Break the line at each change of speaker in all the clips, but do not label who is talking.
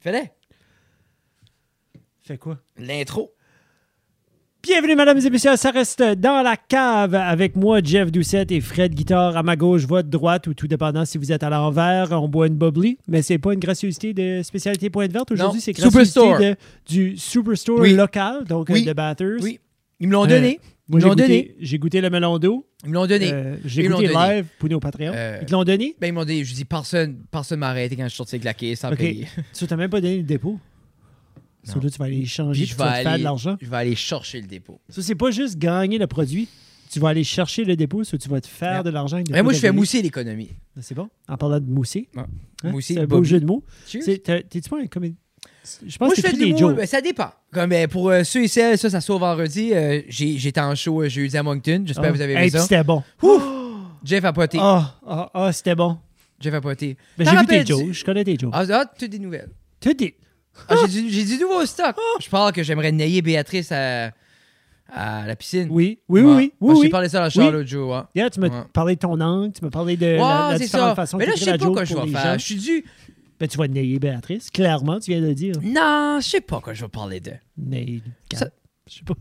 Fais-le.
Fais quoi?
L'intro.
Bienvenue, mesdames et messieurs. Ça reste dans la cave avec moi, Jeff Doucette et Fred Guitard à ma gauche, votre droite ou tout dépendant si vous êtes à l'envers. On boit une bubbly, mais c'est pas une graciosité de spécialité pointe verte. Aujourd'hui, c'est
Superstore.
graciosité de- du Superstore
Oui.
local, donc euh,
Oui.
de Batters.
Oui. Ils me l'ont
Euh,
donné.
Moi,
Ils
j'ai
l'ont donné.
goûté, j'ai goûté le melon d'eau.
Ils me l'ont donné.
Euh, j'ai
Ils l'ont
goûté
donné.
live pour nos Patreons.
Euh,
Ils te l'ont donné?
Ben, ils m'ont dit, je dis, personne, personne m'a arrêté quand je suis sorti avec la caisse sans
Ok.
payer.
Tu t'as même pas donné le dépôt. Ça,
Non.
là, tu vas aller les changer,
Puis je
puis tu
vais
vas te faire de
aller,
l'argent.
je vais aller chercher le dépôt.
Ça, c'est pas juste gagner le produit. Tu vas aller chercher le dépôt, ça, tu vas te faire
Yeah.
de l'argent. avec le
Mais Ben, moi, je fais
produit.
mousser l'économie.
C'est bon. En parlant de mousser.
Ouais.
Hein,
Mousser,
C'est un beau
Bobby.
jeu de mots.
Cheers.
C'est- t'as- T'es-tu pas un comédien? Je pense
Moi,
que
je fais
t'écris
de
des
l'humour,
jokes.
ben, ça dépend. Comme euh, pour euh, ceux et celles, ça, ça sort vendredi. euh, j'ai- J'étais en show euh, jeudi à Moncton. J'espère que vous avez
Ah.
vu
Hey, puis
ça.
c'était bon.
Jeff a poté.
Ah, ah, ah, c'était bon.
Jeff a poté.
Ben,
T'en
j'ai vu tes
rappelles-tu?
jokes. Je connais tes jokes.
Ah, ah, toutes des nouvelles.
Tout est-
Ah, j'ai du, j'ai du nouveau stock.
Ah.
Je parle que j'aimerais nailler Béatrice à, à la piscine.
Oui, oui,
Ouais.
oui, oui.
Ah, Je t'ai
oui, oui.
parlé ça à la Charles
Oui.
l'autre jour. hein.
Hier, tu m'as
Ouais.
parlé de ton angle, tu m'as parlé de la,
Ouais,
la
c'est
différente
ça.
façon
Mais là,
t'écris
je
la
sais pas
joke
quoi je
pour
vais
les
faire. Je
gens.
suis dû.
Ben, tu vas nayer Béatrice. Clairement, tu viens de le dire.
Non, je sais pas quoi je vais parler de.
Nayer.
Ça-
Je sais pas.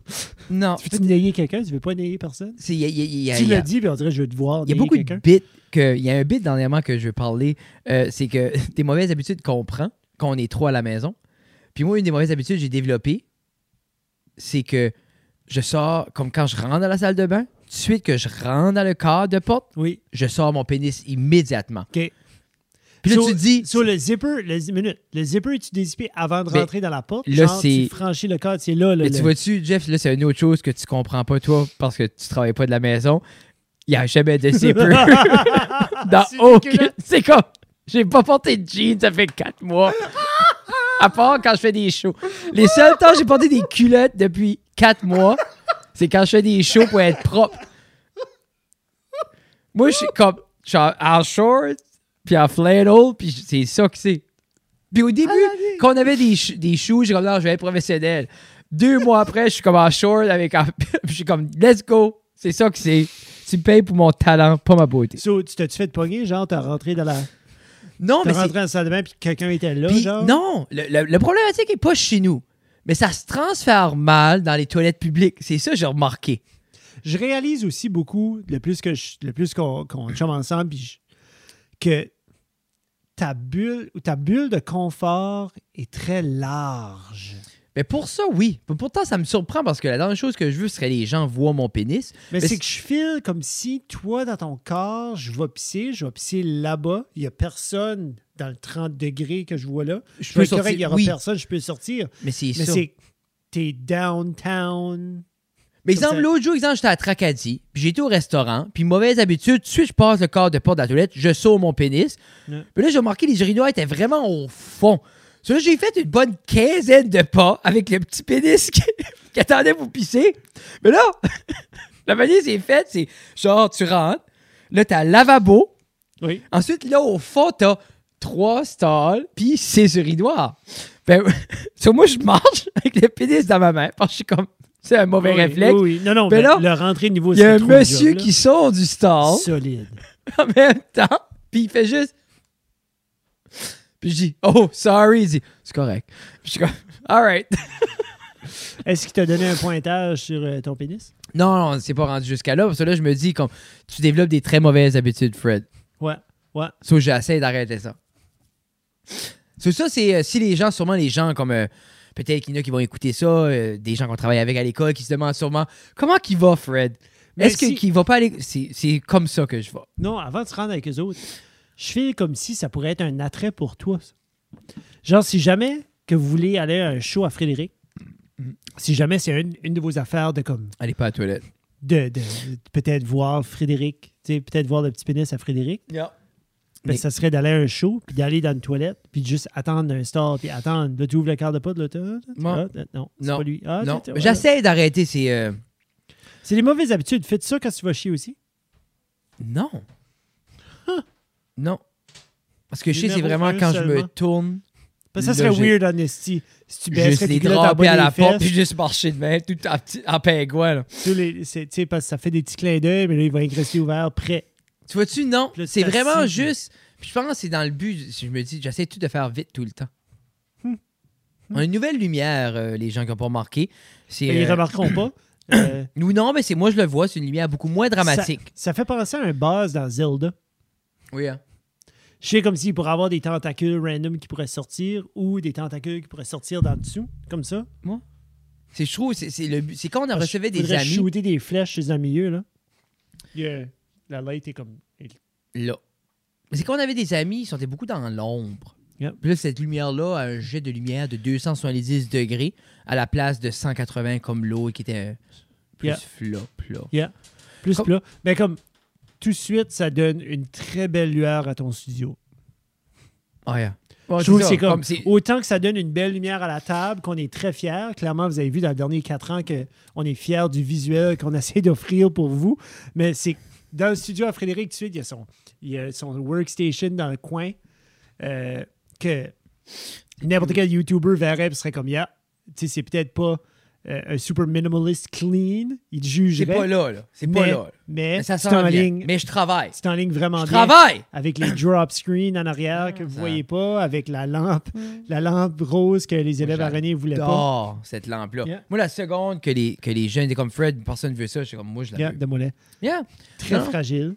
Non.
Tu veux-tu nayer quelqu'un? Tu veux pas nayer personne?
C'est- Il y a- il y a- il y a-
tu
il y a-
l'as dit, puis on dirait je veux te voir.
Il y a
nayer
beaucoup de
quelqu'un.
bits que. Il y a un bit dernièrement que je veux parler. euh, c'est que des mauvaises habitudes qu'on prend quand on est trois à la maison. Puis moi, une des mauvaises habitudes que j'ai développées, c'est que je sors, comme quand je rentre dans la salle de bain, tout de suite que je rentre dans le cadre de porte,
Oui.
je sors mon pénis immédiatement.
OK.
Puis là,
So-
tu te dis.
Sur le zipper, le, zi- minute, le zipper, tu dézippé avant de
Mais
rentrer dans la porte.
Ben, là,
genre,
c'est-
tu franchis le cadre, c'est là. là
Mais
le-
tu vois-tu, Jeff, là, c'est une autre chose que tu comprends pas, toi, parce que tu travailles pas de la maison. Il y a jamais de zipper. dans
C'est hein.
aucun.
dégueulasse.
C'est comme. J'ai pas porté de jeans, ça fait quatre mois. À part quand je fais des shows. Les seuls temps que j'ai porté des culottes depuis quatre mois, c'est quand je fais des shows pour être propre. Moi, je suis comme. Je suis en, en short, puis en flannel, puis je- c'est ça que c'est. Puis au début, quand on avait des, ch- des shoes, j'ai comme, non, je vais être professionnel. Deux mois après, je suis comme en short, avec un- puis je suis comme, let's go. C'est ça que c'est. Tu me payes pour mon talent, pas ma beauté.
So, tu t'as-tu fait pogner, genre, t'as rentré dans la.
Non,
T'as
c'est-
rentré dans la salle de bain, puis quelqu'un était là,
Puis,
genre.
non, le, le- le problématique n'est pas chez nous. Mais ça se transfère mal dans les toilettes publiques. C'est ça que j'ai remarqué.
Je réalise aussi beaucoup, le plus que je- le plus qu'on qu'on chum ensemble, puis je- que ta bulle, ou ta bulle de confort est très large.
Mais pour ça, oui. Mais Pourtant, ça me surprend parce que la dernière chose que je veux serait les gens voient mon pénis. Mais
Mais, c'est
c'est-
que je file comme si toi, dans ton corps, je vais pisser, je vais pisser là-bas. Il n'y a personne dans le 30 degrés que je vois là.
Je
Je peux
peux
sortir.
sortir.
Il n'y aura
oui,
personne, je peux sortir.
mais c'est
Mais
ça.
c'est. T'es downtown.
Mais exemple,
ça-
l'autre jour, exemple, j'étais à Tracadie, puis j'étais au restaurant, puis mauvaise habitude, tout de suite, je passe le corps de porte de la toilette, je saute mon pénis.
Ouais.
Puis là, j'ai remarqué les urinoirs étaient vraiment au fond. So, là, j'ai fait une bonne quinzaine de pas avec le petit pénis qui, qui attendait pour pisser. Mais là, la manière c'est faite, c'est genre, tu rentres, là, t'as un lavabo,
Oui.
ensuite, là, au fond, t'as trois stalls, puis six urinoirs. Ben, so, moi, je marche avec le pénis dans ma main, parce que je suis comme, c'est un mauvais
Ah Oui,
réflexe.
oui, oui. Non, non,
Mais
mais
là,
le rentrée de niveau
Il y a un
c'est trop une
monsieur
job, là.
qui sort du stall
Solide.
en même temps, puis il fait juste. Puis je dis, oh, sorry. Il dit, c'est correct. Puis je suis comme, alright.
Est-ce qu'il t'a donné un pointage sur euh, ton pénis?
Non, non, c'est pas rendu jusqu'à là. Parce que là, je me dis, comme, tu développes des très mauvaises habitudes, Fred.
Ouais. Ouais.
So, j'essaie d'arrêter ça. So, ça, c'est euh, si les gens, sûrement les gens comme. euh, Peut-être qu'il y en a qui vont écouter ça, euh, des gens qu'on travaille avec à l'école qui se demandent sûrement comment qu'il va, Fred.
Mais
Est-ce que-
si-
qu'il va pas aller. C'est c'est comme ça que je vais.
Non, avant de se rendre avec eux autres, je file comme si ça pourrait être un attrait pour toi. ça. Genre, si jamais que vous voulez aller à un show à Frédéric, si jamais c'est une, une de vos affaires de comme
Allez pas à la toilette.
de, de- de peut-être voir Frédéric, tu sais, peut-être voir le petit pénis à Frédéric, ben,
Mais-
ça serait d'aller à un show, puis d'aller dans une toilette, puis de juste attendre un store, puis attendre, là, tu ouvres le quart de pote, là, t'as-
Non.
ah, non, c'est
Non.
pas lui. Ah,
non,
t'as-
mais j'essaie d'arrêter ces. euh,
C'est les mauvaises habitudes, faites ça quand tu vas chier aussi.
Non. Non. Parce que je sais, c'est
Numéro
vraiment
un
quand je me
seulement.
tourne,
Parce que ça serait
Logique.
weird, honesty, si
juste
tu baisserais
les
tes culottes en
draper
bas
à
des
la porte,
fesses.
puis juste marcher de même, tout en, petit- en pingouin. là.
Tu sais, les- c'est- tu sais, parce que ça fait des petits clins d'œil, mais là, il va être resté ouvert, prêt.
Tu vois-tu, non.
Puis là, tu
C'est vraiment
t'assis.
juste. Puis je pense que c'est dans le but. Je me dis, j'essaie tout de faire vite tout le temps.
Hmm.
Une nouvelle lumière, euh, les gens qui n'ont pas remarqué. C'est,
Ils
euh,
remarqueront pas. Euh,
nous, non, mais c'est moi, je le vois, c'est une lumière beaucoup moins dramatique.
ça fait penser à un buzz dans Zelda.
Oui, hein.
Je sais comme s'il pourrait avoir des tentacules random qui pourraient sortir ou des tentacules qui pourraient sortir d'en dessous, comme ça.
C'est, je trouve, c'est, c'est le but- c'est quand on en Ah, recevait
Ah, Je
des
voudrais
amis.
shooter des flèches chez un milieu, là. Yeah. La light est comme.
là. Mais c'est quand on avait des amis, ils sont beaucoup dans l'ombre.
Yep.
Puis là, cette lumière-là a un jet de lumière de 270 degrés à la place de 180 comme l'eau qui était plus
Yeah.
flop, là.
Plus
Comme-
plat. Mais comme. Tout de suite, ça donne une très belle lueur à ton studio.
Ah, yeah.
je trouve que c'est comme, autant que ça donne une belle lumière à la table, qu'on est très fiers. Clairement, vous avez vu dans les derniers quatre ans qu'on est fiers du visuel qu'on essaie d'offrir pour vous. Mais c'est dans le studio à Frédéric, tout de suite, il y a son, il y a son workstation dans le coin euh, que n'importe quel YouTuber verrait et serait comme, yeah, tu sais, c'est peut-être pas euh, un super minimalist clean. Il
C'est
jugerait.
pas là, là. C'est pas
mais-
là. là.
Mais
Mais ça
c'est
sent
en
bien.
ligne.
Mais je travaille.
C'est en ligne
Je
vraiment bien
travaille!
avec les drop screens en arrière que vous
Ça.
voyez pas, avec la lampe, la lampe rose que les élèves à René voulaient pas.
J'adore cette lampe-là.
Yeah.
Moi, la seconde que les, que les jeunes étaient comme Fred, personne ne veut ça, je suis comme, moi, je la
Yeah,
veux.
de mollet.
Yeah.
Très
Non.
fragile.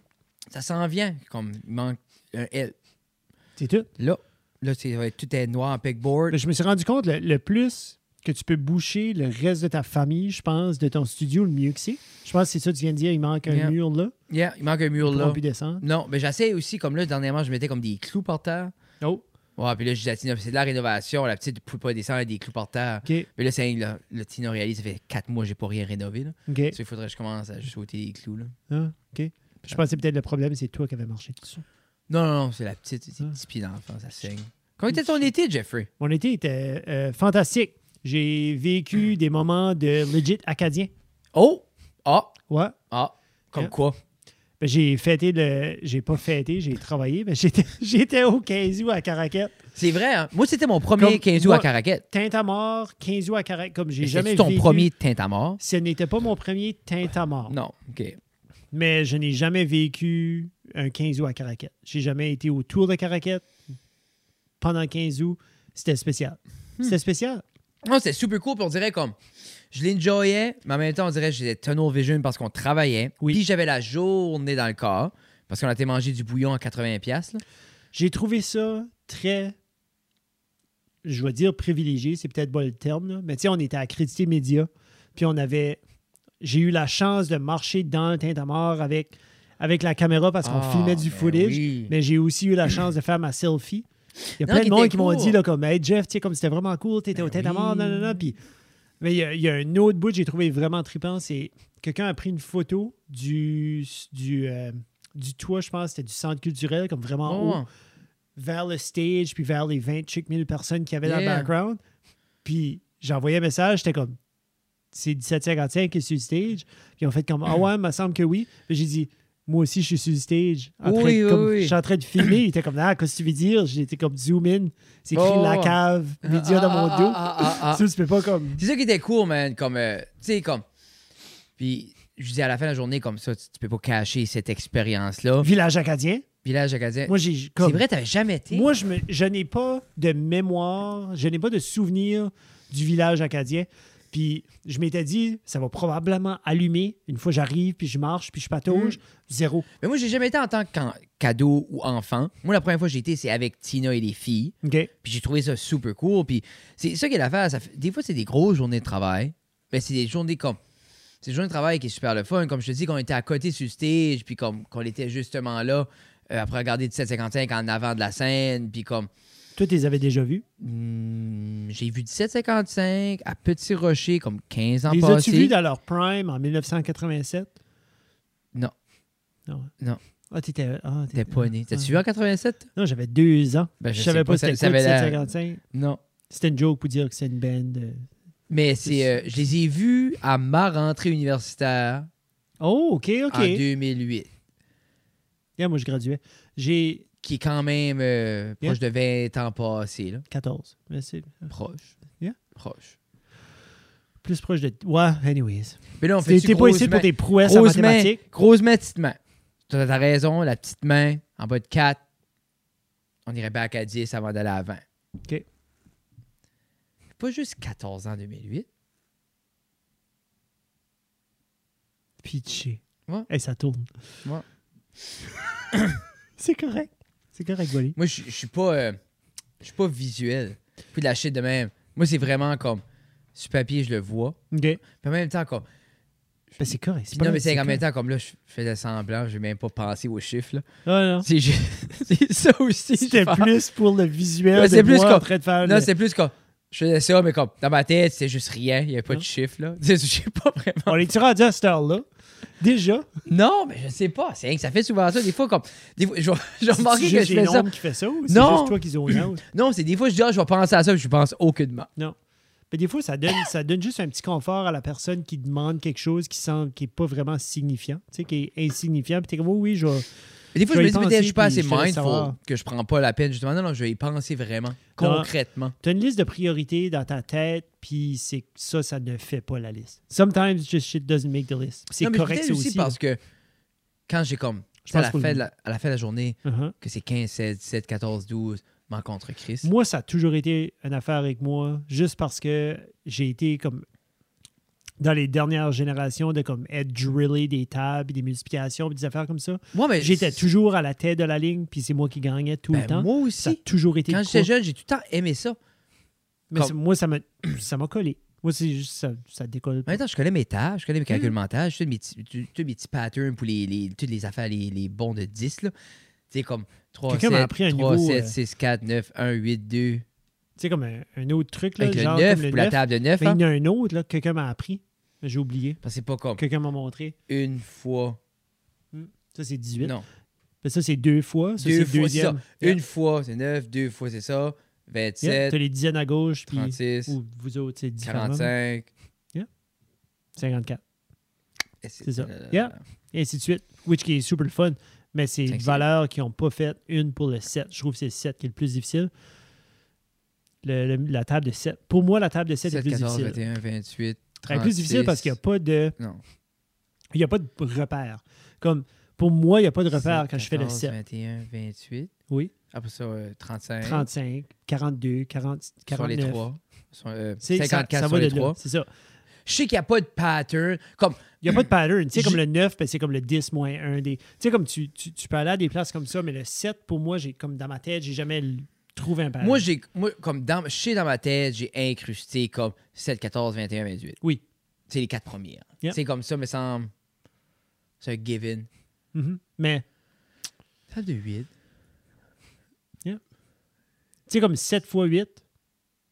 Ça s'en vient. Comme, il manque un L.
C'est tout.
Là, là c'est, ouais, tout est noir en pegboard.
Mais je me suis rendu compte, le, le plus que tu peux boucher le reste de ta famille, je pense, de ton studio, le mieux que c'est. Je pense que c'est ça que tu viens de dire, il manque un
Yeah.
mur là,
Yeah, il manque un mur
pour
là.
plus descendre.
Non, mais j'essaie aussi, comme là, dernièrement, je mettais comme des clous par terre.
Oh,
Ouais, puis là, je disais à Tina, c'est de la rénovation, la petite ne pouvait pas descendre avec des clous par terre.
OK,
Mais là, c'est là, le Tina réalise, ça fait quatre mois, j'ai pas rien rénové. Là.
OK.
Ça, il faudrait que je commence à juste sauter les clous. Là.
Ah, OK. Je pensais peut-être le problème, c'est toi qui avais marché dessus.
Non, non, non, c'est la petite,
Ah.
c'est des petits pieds d'enfant, ça saigne. Comment était ton été, Jeffrey?
Mon été était euh, fantastique. J'ai vécu des moments de legit acadien.
Oh! Ah!
Ouais.
Ah! Comme
Yeah.
quoi?
Ben, j'ai fêté le. J'ai pas fêté, j'ai travaillé, mais j'étais, j'étais au 15 août à Caraquette.
C'est vrai, hein? Moi, c'était mon premier
Comme
15 août
moi,
à Caraquette.
Tintamarre, 15 août à Caraquette, comme j'ai
J'ai
jamais
jamais ton
vécu.
premier teint à mort?
Ce n'était pas mon premier Tintamarre,
Non, OK.
mais je n'ai jamais vécu un 15 août à Caraquette. J'ai jamais été autour de Caraquette pendant 15 août. C'était spécial.
Hmm.
C'était spécial.
Non, c'était super cool, puis on dirait comme. Je l'enjoyais, mais en même temps, on dirait que j'étais tunnel vision parce qu'on travaillait.
Oui.
Puis j'avais la journée dans le corps parce qu'on a été manger du bouillon à 80$. piastres, là.
J'ai trouvé ça très, je vais dire privilégié, c'est peut-être pas le terme, là, mais tu sais, on était accrédité média, puis on avait, j'ai eu la chance de marcher dans le Tintamarre avec, avec la caméra parce qu'on
Ah,
filmait du
ben
footage,
oui.
mais j'ai aussi eu la chance de faire ma selfie. Il y a
Non,
plein de
qui
monde
était
qui m'ont
cool.
dit, là, comme, hey Jeff, tu sais, comme c'était vraiment cool, t'étais
Ben
au Tintamarre,
oui.
non, non, non, puis. Mais il y, a- il y a un autre bout que j'ai trouvé vraiment trippant, c'est quelqu'un a pris une photo du, du, euh, du toit, je pense, c'était du centre culturel, comme vraiment haut,
Oh,
vers le stage, puis vers les 20 chick 000 personnes qu'il y avait dans le
Yeah.
background. Puis j'envoyais un message, j'étais comme, c'est 1755 qui est sur le stage. Puis ils ont fait comme, ah ouais, me semble que oui. Puis j'ai dit, moi aussi, je suis sur le stage. En train
Oui,
de-
oui,
comme-
oui.
Je suis en train de filmer. Il était comme, ah, qu'est-ce que tu veux dire? J'étais comme, zoom in. C'est écrit
Oh.
la cave, média dans mon
Ah,
dos.
ah, ah, ah, ah.
Ça, tu peux pas comme.
C'est ça qui était cool, man. Comme, euh, tu sais, comme. Puis je dis à la fin de la journée, comme ça, tu, tu peux pas cacher cette expérience-là.
Village acadien.
Village acadien.
Moi, j'ai
C'est
comme.
vrai, t'avais jamais été.
Moi, je, me- je n'ai pas de mémoire, je n'ai pas de souvenir du village acadien. Puis je m'étais dit, ça va probablement allumer une fois j'arrive, puis je marche, puis je
Mm.
patauge. Zéro.
Mais moi, j'ai jamais été en tant que can- cadeau ou enfant. Moi, la première fois que j'ai été, c'est avec Tina et les filles.
OK.
Puis j'ai trouvé ça super cool. Puis c'est ça qui est l'affaire. Ça fait- Des fois, c'est des grosses journées de travail. Mais c'est des journées comme. C'est des journées de travail qui est super le fun. Comme je te dis, qu'on était à côté sur le stage, puis comme qu'on était justement là, euh, après regarder 1755 en avant de la scène, puis comme.
Toi, tu les avais déjà vus.
hmm, j'ai vu 1755 à Petit Rocher, comme 15 ans
les
passés.
as-tu vus dans leur prime en 1987?
Non.
Non.
Non.
Ah, t'étais. Ah,
T'es
t'étais
pas né. T'as-tu vu en 87?
Non, j'avais deux ans.
Ben, je
je
sais
savais
pas,
pas,
ça-
c'était
ça
quoi,
avait l'air-
1755.
Non.
C'était une joke pour dire que c'est une band. euh.
Mais c'est, euh, je les ai vus à ma rentrée universitaire
Oh, OK, OK.
en 2008,
Yeah, moi, je graduais. J'ai
qui est quand même euh,
Yeah.
proche de 20 ans passés. Là.
14. Mais c'est
Proche.
Yeah.
Proche.
plus proche de. Ouais, anyways.
Mais là, on fait
T'es t'es pas ici pour tes prouesses en
grosses mains,
mathématiques.
grosses mains, petites mains. T'as t'as raison, la petite main en bas de 4. On irait back à 10 avant d'aller à 20. OK. avait pas juste 14 ans en 2008.
Pitché.
Ouais.
Et ça tourne.
Ouais.
c'est correct. C'est correct, Wally.
Moi, je je suis pas. euh, je suis pas visuel. Puis de la shit de même. Moi, c'est vraiment comme. Sur papier, je le vois.
OK.
Puis en même temps, comme.
Ben, c'est correct.
Puis non, mais c'est en même
correct.
temps, comme là, je faisais semblant, j'ai même pas pensé aux chiffres. là.
Ah, non.
C'est ju- c'est ça aussi. je
C'était
pense.
plus pour le visuel.
Ouais,
c'est plus comme... en train de faire.
Non,
le-
c'est plus comme. Je faisais ça, mais comme dans ma tête, c'était juste rien. Il n'y avait pas
Non.
de chiffres, là. Je sais pas vraiment.
On est rendu à cette heure-là. Déjà.
Non, mais je sais pas. C'est rien que ça fait souvent ça. Des fois, comme. Des fois, je vais- je vais remarquer
C'est
que
juste
je
les
fais ça.
nombres qui fait ça ou c'est
Non.
juste toi qui zone out?
Non, c'est des fois, je dis, ah, je vais penser à ça, puis je pense aucunement.
Mais Ben, des fois, ça donne, ça donne juste un petit confort à la personne qui demande quelque chose qui semble qui est pas vraiment signifiant, tu sais, qui est insignifiant. Puis t'es comme, oui, oui, je vais-
Mais des fois,
Je
je,
vais
me
y
dis, peut-être, je suis pas
penser,
assez
puis je te laisse
mindful
savoir.
que je prends pas la peine, justement. Non, non, je vais y penser vraiment, concrètement.
T'as une liste de priorités dans ta tête, puis c'est ça, ça ne fait pas la liste. Sometimes just shit doesn't make the list. C'est
Non, mais
correct
peut-être
ça aussi.
parce que quand j'ai comme.
Je
c'est À
pense
la,
pas le
fin de
mot.
la, à la fin de la journée,
Uh-huh.
que c'est 15, 16, 17, 14, 12, m'en contre Christ.
Moi, ça a toujours été une affaire avec moi, juste parce que j'ai été comme dans les dernières générations de comme être drillé des tables, des multiplications, puis des affaires comme ça.
Moi, mais.
J'étais toujours à la tête de la ligne, puis c'est moi qui gagnais tout le
Ben,
temps.
Moi
ça a
aussi.
toujours été
Quand
de
j'étais
quoi.
jeune, j'ai tout le temps aimé ça.
Mais
Comme-
c'est- moi, ça m'a, ça m'a collé. Moi, c'est juste ça, ça décolle.
En
pas.
même temps, je connais mes tables, je connais
Hmm.
mes calculs mentaux, je sais mes petits- tous tous mes petits patterns pour les, les- toutes les affaires, les, les bons de 10. là. Tu sais, comme 3,
Quelqu'un m'a
7,
appris un
3,
niveau,
7,
euh,
6, 4, 9, 1, 8, 2.
Tu sais, comme un, un autre truc, là,
Avec
genre
le 9
comme le
pour la
neuf.
table de 9.
Mais il y en a un autre, là, que quelqu'un m'a appris. mais J'ai oublié.
Parce que c'est pas comme
Quelqu'un m'a montré.
une fois.
Ça, c'est 18.
Non.
Mais ça, c'est deux fois. Ça, c'est
deux
le
fois, c'est ça.
deuxième.
Une fois, c'est 9. Deux fois, c'est ça. 27,
Yeah. T'as les dizaines à gauche, puis
36,
ou vous autres, c'est différent.
45.
54.
et euh,
C'est ça. Yeah. Et ainsi de suite. Which qui est super le fun. Mais c'est
Cinq,
des
six.
valeurs qui n'ont pas fait une pour le 7. Je trouve que c'est le 7 qui est le plus difficile. Le- le- la table de 7. Pour moi, la table de 7, est
7,
plus
14,
difficile.
21, 28.
Elle est plus difficile parce qu'il n'y a pas de.
Non.
Il n'y a pas de repère. Comme pour moi, il n'y a pas de repère
Sept,
quand je fais le
14,
7.
21, 28.
Oui.
Après ça, euh, 35.
35, 42, 40,
sur les
49.
trois. Sur, euh,
C'est- ça-
54
ça va
sur les
de là,
trois.
C'est ça.
Je sais qu'il n'y a pas de pattern. Comme,
Il n'y a pas de pattern. Tu sais,
Je-
comme le 9, ben, c'est comme le 10 moins 1. Des... Tu sais, comme tu, tu, tu peux aller à des places comme ça, mais le 7, pour moi, j'ai comme dans ma tête, j'ai jamais l- trouvé un pattern.
moi, j'ai, moi, comme dans, je sais dans ma tête, j'ai incrusté comme 7, 14, 21, 28.
Oui.
C'est les quatre premières.
Yeah.
C'est comme ça, me semble. C'est un given.
Mhm. Mais, tu
Ça de 8.
sais, comme 7 fois 8,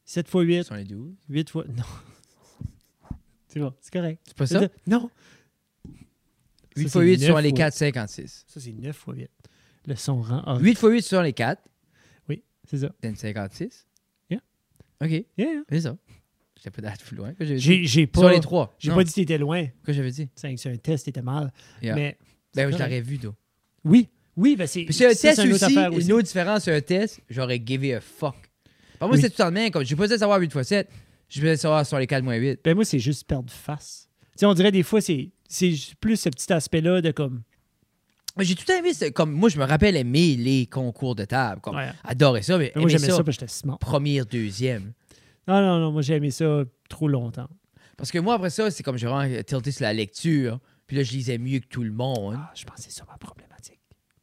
7 fois 8,
Sur les 12.
8 fois. Non. C'est bon, c'est correct.
C'est pas ça?
Non.
8
Ça,
fois
c'est
8 sur
neuf
les
fois-
4, 56.
Ça, c'est 9 fois 8. Le son rend. or-
8 fois 8 sur les 4,
Oui, c'est ça.
c'est une 56.
Yeah.
OK,
Yeah.
c'est ça. J'étais pas d'aller plus loin. que j'avais dit.
J'ai j'ai pas.
Sur les 3.
J'ai pas dit que t'étais loin.
que j'avais dit.
C'est c'est un test, t'étais mal.
Yeah.
Mais
ben, je
correct.
l'aurais vu, donc.
oui, oui, ben c'est.
Puis c'est un
ça, c'est
test
une autre
aussi,
affaire aussi.
une autre différence, c'est un test, j'aurais give a fuck. Par moi,
Oui.
c'est tout le temps le même. Comme, j'ai pas besoin de savoir 8 x 7, j'ai besoin de savoir sur les 4 moins 8.
Ben moi, c'est juste perdre face. Tu sais, on dirait des fois, c'est c'est juste plus ce petit aspect-là de comme.
Mais j'ai tout aimé, c'est- comme moi, je me rappelle aimer les concours de table. Comme,
Ouais.
Adorer ça, mais
Ben, moi,
aimer
j'aimais
ça,
ça, parce que j'étais smart.
première, deuxième.
Non, non, non, moi, j'ai aimé ça trop longtemps.
Parce que moi, après ça, c'est comme j'ai vraiment tilté sur la lecture. Puis là, je lisais mieux que tout le monde.
Ah, je pense que c'est ça ma problématique.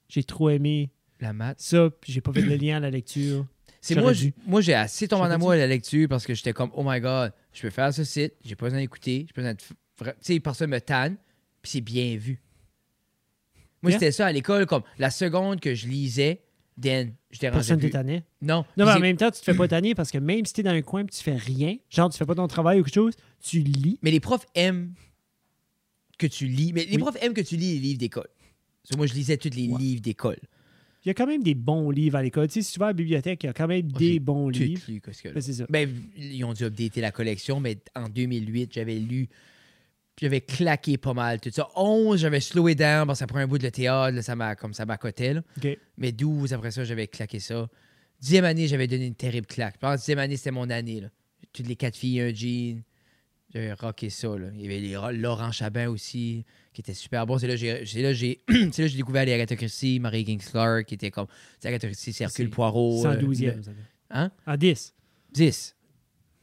J'ai trop aimé
La maths.
ça, puis j'ai pas fait le lien à la lecture.
C'est
J'aurais
moi,
dû.
j- moi j'ai assez tombé en
J'aurais
amour à la lecture parce que j'étais comme, oh my god, je peux faire ce site, j'ai pas besoin d'écouter, j'ai pas besoin de. f- vra- Tu sais, personne me tanne, puis c'est bien vu. Moi,
Yeah.
c'était ça à l'école, comme la seconde que je lisais, then, je dérangeais
Personne
plus.
t'étonnait.
Non,
Non,
puis
mais en
c'est-
même temps, tu te fais pas tanner parce que même si t'es dans un coin et tu fais rien, genre tu fais pas ton travail ou quelque chose, tu lis.
mais les profs aiment que tu lis. Mais les
Oui.
profs aiment que tu lis les livres d'école. Parce que moi, je lisais tous les
Ouais.
livres d'école.
Il y a quand même des bons livres à l'école. Tu sais, si tu vas à la bibliothèque, il y a quand même
Oh,
des
j'ai
bons
Tous
livres.
lus, qu'est-ce que-
Ben, c'est ça.
Ben, ils ont dû updater la collection, mais en 2008, j'avais lu. puis J'avais claqué pas mal tout ça. 11, j'avais slowé down parce que ça prend un bout de le théâtre, là, ça m'a comme ça m'accotait. là.
OK.
Mais 12, après ça, j'avais claqué ça. Dixième année, j'avais donné une terrible claque. Je pense que dixième année, c'était mon année. Là. Toutes les quatre filles, un jean. J'avais rocké ça. Là. Il y avait les Ro- Laurent Chabin aussi, qui était super bon. C'est là que j'ai- c'est là que j'ai c'est là que j'ai découvert les Agatha Christie, Marie Kings-Clark, qui était comme... c'est Agatha Christie,
C'est Ah,
Hercule Poirot. euh,
112e.
Hein?
En 10.
10.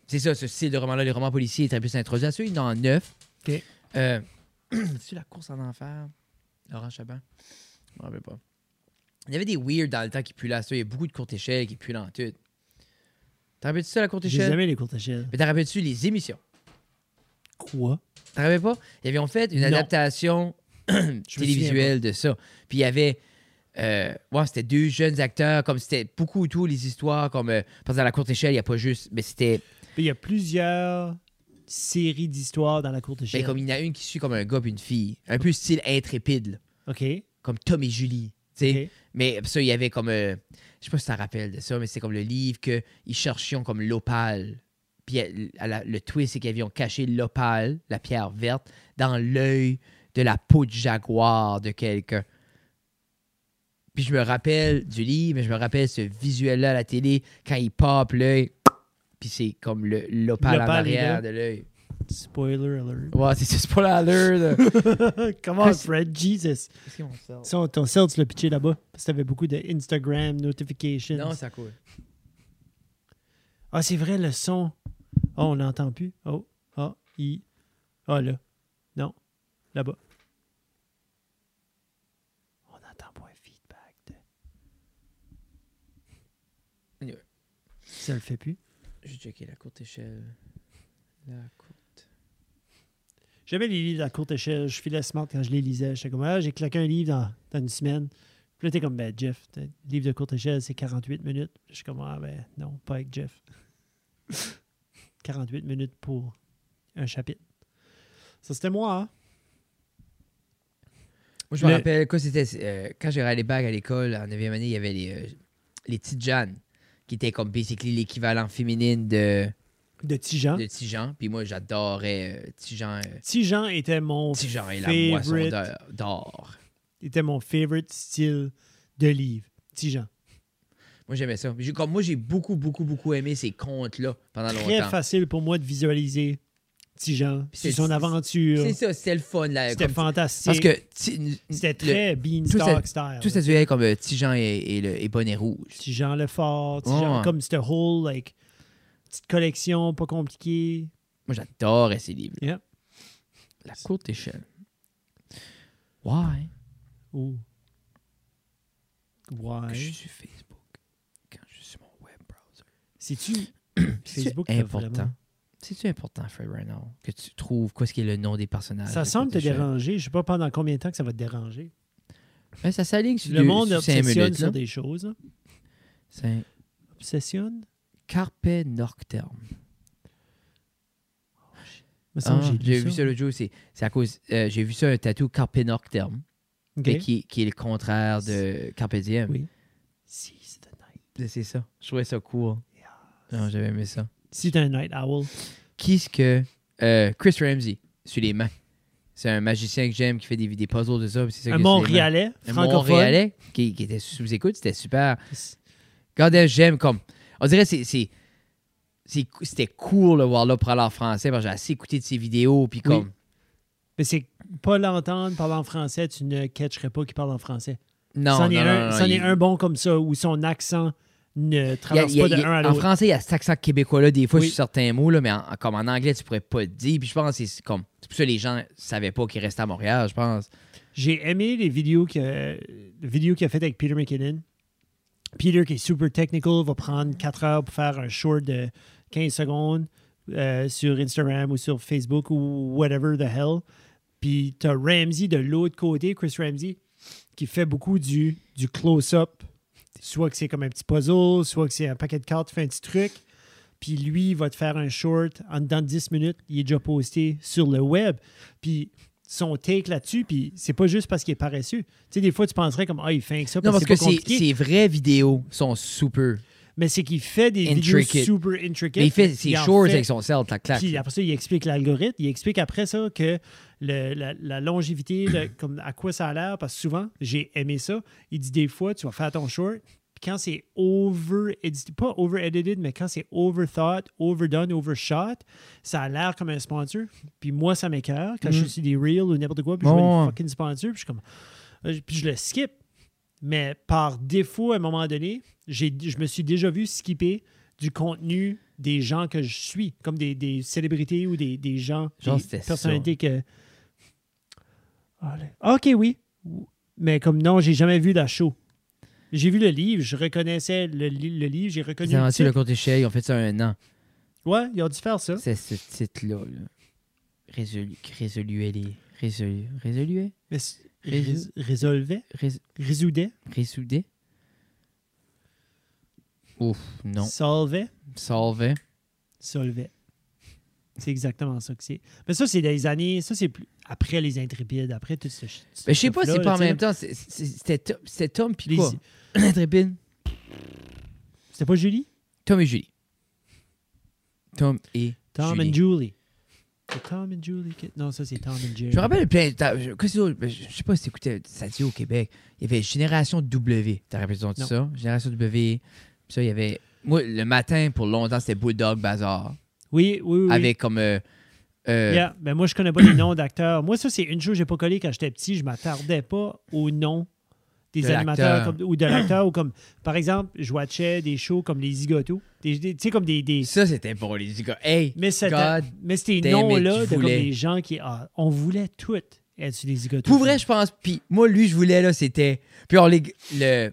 c'est ça, ce style de roman-là, les romans policiers est très plus introduit. À celui dans neuf.
OK.
Euh, c'est la course en enfer, Laurent Chaban. Je me rappelle pas. Il y avait des weird dans le temps qui puent là. ça. Il y a beaucoup de courtes échelles qui puent dans tout. T'en rappelles-tu ça, la courte
J'ai
échelle?
jamais les courtes échelles.
Mais t'en rappelles-tu les émissions?
Quoi?
T'en rappelles pas? Ils avaient fait une
Non.
adaptation télévisuelle de ça. Puis il y avait. euh, ouais, c'était deux jeunes acteurs, comme c'était beaucoup et tout, les histoires, comme. euh, parce que dans la courte échelle, il n'y a pas juste. Mais c'était.
Il y a plusieurs séries d'histoires dans la courte
ben,
échelle.
comme il y en a une qui suit comme un gars puis une fille. Un peu style intrépide, là,
OK.
comme Tom et Julie. tu sais.
OK.
Mais ça, il y avait comme. euh, je sais pas si t'en rappelles de ça, mais c'est comme le livre qu'ils cherchaient comme l'opale. Puis elle- à la- le twist, c'est qu'ils avaient caché l'opale, la pierre verte, dans l'œil de la peau de jaguar de quelqu'un. Puis je me rappelle du livre, mais je me rappelle ce visuel-là à la télé, quand il pop l'œil, puis c'est comme le- l'opale en
L'opale est là.
arrière de l'œil.
Spoiler alert.
Ouais, c'est c'est pas la l'heure. là.
Come on, Fred. Jesus.
Qu'est-ce qu'on sort?
Son, ton cell, tu l'as pitché là-bas. Parce que t'avais beaucoup de Instagram notifications.
Non, ça coule.
Ah, c'est vrai, le son. Oh, on l'entend plus. Oh, ah, il. Ah, là. Non. Là-bas. On n'entend pas un feedback. de-
Anyway.
Ça le fait plus.
J'ai checké la courte échelle. La courte.
J'aimais les livres à courte échelle. Je filais smart quand je les lisais. J'étais comme, ah, j'ai claqué un livre dans, dans une semaine. Puis là, t'es comme, ben, Jeff, t'as- livre de courte échelle, c'est 48 minutes. Je suis comme, ah, ben, non, pas avec Jeff. 48 minutes pour un chapitre. Ça, c'était moi, hein?
Moi, je me
Le-
rappelle, quand, c'était, euh, quand j'ai râlé bagues à l'école, en 9e année, il y avait les, euh, les Tijanes, qui étaient comme basically l'équivalent féminine de,
De Tijan.
de Tijan. Puis moi, j'adorais euh, Tijan. euh,
Tijan était mon,
Tijan et la
favorite.
moisson d'or- d'or.
était mon favorite style de livre. Tijan.
Moi, j'aimais ça. J'ai- Comme moi, j'ai beaucoup, beaucoup, beaucoup aimé ces contes-là pendant
Très
longtemps.
facile pour moi de visualiser Tijan.
Puis
C'est
c'est-
son
c'est-
aventure.
C'est ça, c'était le fun. Là,
C'était
comme-
fantastique.
parce que ti-
C'était
le-
très
tout
Beanstalk style.
tout ça durait comme euh, Tijan et, et, le- et Bonnet Rouge.
Tijan Lefort, Tijan,
Ouais.
comme c'était whole, like, petite collection, pas compliquée.
Moi, j'adorais ces livres.
Yep.
La courte échelle. Why?
Ouh.
que je suis
Ouais.
sur Facebook quand je suis sur mon web browser.
C'est-tu
C'est
Facebook t'as
important.
vraiment-
C'est-tu important, Fred Reynolds, que tu trouves quoi ce qui est le nom des personnages?
Ça
de
semble te
Cocktail Shell?
déranger. Je sais pas pendant combien de temps que ça va te déranger.
Ouais, ça s'aligne sur
Le monde
cinq
obsessionne
minutes.
sur
là.
des choses. là.
C'est
Obsessionne?
Carpe Nocturne.
Me semble
Ah,
que
j'ai vu ça l'autre jour. C'est c'est à cause. euh, j'ai vu ça un tatou Carpe Nocturne,
Ok.
mais qui, qui est le contraire de Carpe Diem.
Oui. Seize the night.
C'est ça. Je trouvais ça cool. Non, J'avais aimé ça.
Si t'es un night owl.
qui est-ce que euh, Chris Ramsey sur les mains. C'est un magicien que j'aime qui fait des, des puzzles de ça. puis c'est ça que c'est les
Un
mains.
Montréalais,
Un
francophone.
Montréalais qui, qui était sous écoute, c'était super. Regardez, j'aime comme. On dirait que c'est- c'est. c'est cou- C'était cool de voir là parler en français parce que j'ai assez écouté de ses vidéos. Puis comme.
Mais c'est pas l'entendre parler en français, tu ne catcherais pas qu'il parle en français.
Non,
c'en
non,
est,
non,
un,
non,
c'en est
il-
un bon comme ça, où son accent ne
il y a-
traverse
il y a-
pas de
il y a-
un à
en
l'autre.
français, il y a cet accent québécois-là, des fois,
Oui.
sur certains mots, là, mais en- comme en anglais, tu pourrais pas le dire. Puis je pense que c'est comme. C'est pour ça que les gens savaient pas qu'ils restaient à Montréal, je pense.
J'ai aimé les vidéos que les vidéos qu'il a faites avec Peter McKinnon. Peter, qui est super technical, va prendre 4 heures pour faire un short de 15 secondes euh, sur Instagram ou sur Facebook ou whatever the hell. Puis t'as Ramsey de l'autre côté, Chris Ramsey, qui fait beaucoup du, du close-up. Soit que c'est comme un petit puzzle, soit que c'est un paquet de cartes, fait un petit truc. Puis lui, il va te faire un short en dedans de 10 minutes. Il est déjà posté sur le web. Puis son take là-dessus, puis c'est pas juste parce qu'il est paresseux. Tu sais, des fois, tu penserais comme, ah, il fait que ça
Non, parce
parce,
que
que c'est pas
ces
compliqué.
ces vraies vidéos sont super.
Mais c'est qu'il fait des vidéos
Intricate.
super intricates.
Mais il fait ses
en
shorts
fait-
avec son sel, clac, clac.
Puis après ça, il explique l'algorithme. Il explique après ça que le- la, la longévité, le- comme à quoi ça a l'air, parce que souvent, j'ai aimé ça. Il dit des fois, tu vas faire ton short. Puis quand c'est over, édité- pas over edited, mais quand c'est overthought, overdone, overshot, ça a l'air comme un sponsor. Puis moi, ça m'écœure quand je
Mhm.
suis sur des reels ou n'importe quoi, puis je
Ouais,
vois
ouais.
des fucking sponsors, puis je suis comme. euh, Puis je le skip. Mais par défaut, à un moment donné, j'ai, je me suis déjà vu skipper du contenu des gens que je suis, comme des, des célébrités ou des, des gens,
Genre,
des
c'était ça.
personnalités que. Allez. Ok, oui. Mais comme non, j'ai jamais vu la show. J'ai vu le livre, je reconnaissais le, li- le livre, j'ai reconnu.
Ils ont
Le
lancé le
titre.
court échelle, ils ont fait ça un an.
Ouais, ils ont dû faire ça.
C'est ce titre-là. là. Résolu, résoluez-les. Résolu, résoluez?
Mais c'est-
Rés-
résolvait,
Rés-
résoudait,
résoudez? Ouf, non.
solvait,
Solvez.
solvait. C'est exactement ça que c'est. Mais ça, c'est des années, ça, c'est plus après les intrépides, après tout ce shit.
Mais je sais pas si c'est pas en même temps. c'est- c'est- C'était Tom- c'était Tom puis quoi? Intrépide.
C'était pas Julie?
Tom et Julie. Tom et
Tom
Julie.
and Julie. C'est Tom and Julie. qui- Non, ça, c'est Tom and Jerry.
Je me rappelle plein de temps. je- Qu'est-ce que c'est d'autre? Je je sais pas si t'écoutais Sadio au Québec. Il y avait Génération W. T'as rappelé de
Non.
ça? Génération W. Puis ça, il y avait. Moi, le matin, pour longtemps, c'était Bulldog Bazaar.
Oui, oui, oui.
Avec comme. euh, euh,
Yeah, mais moi, je connais pas les noms d'acteurs. Moi, ça, c'est une chose que j'ai pas collé quand j'étais petit. Je m'attardais pas aux noms des
De
animateurs
l'acteur.
comme- ou de l'acteur. ou comme, par exemple, je watchais des shows comme les Zigotos. Des- des- Tu sais, comme des... des
Ça, c'était pour les gars. Hey!
mais c'était
God
mais ces
damn it,
noms-là
je
de comme
voulais.
les gens qui... ah, on voulait tout être sur les Zigotos.
Pour vrai, je pense. Puis moi, lui, je voulais, là, c'était. Puis on les. Le.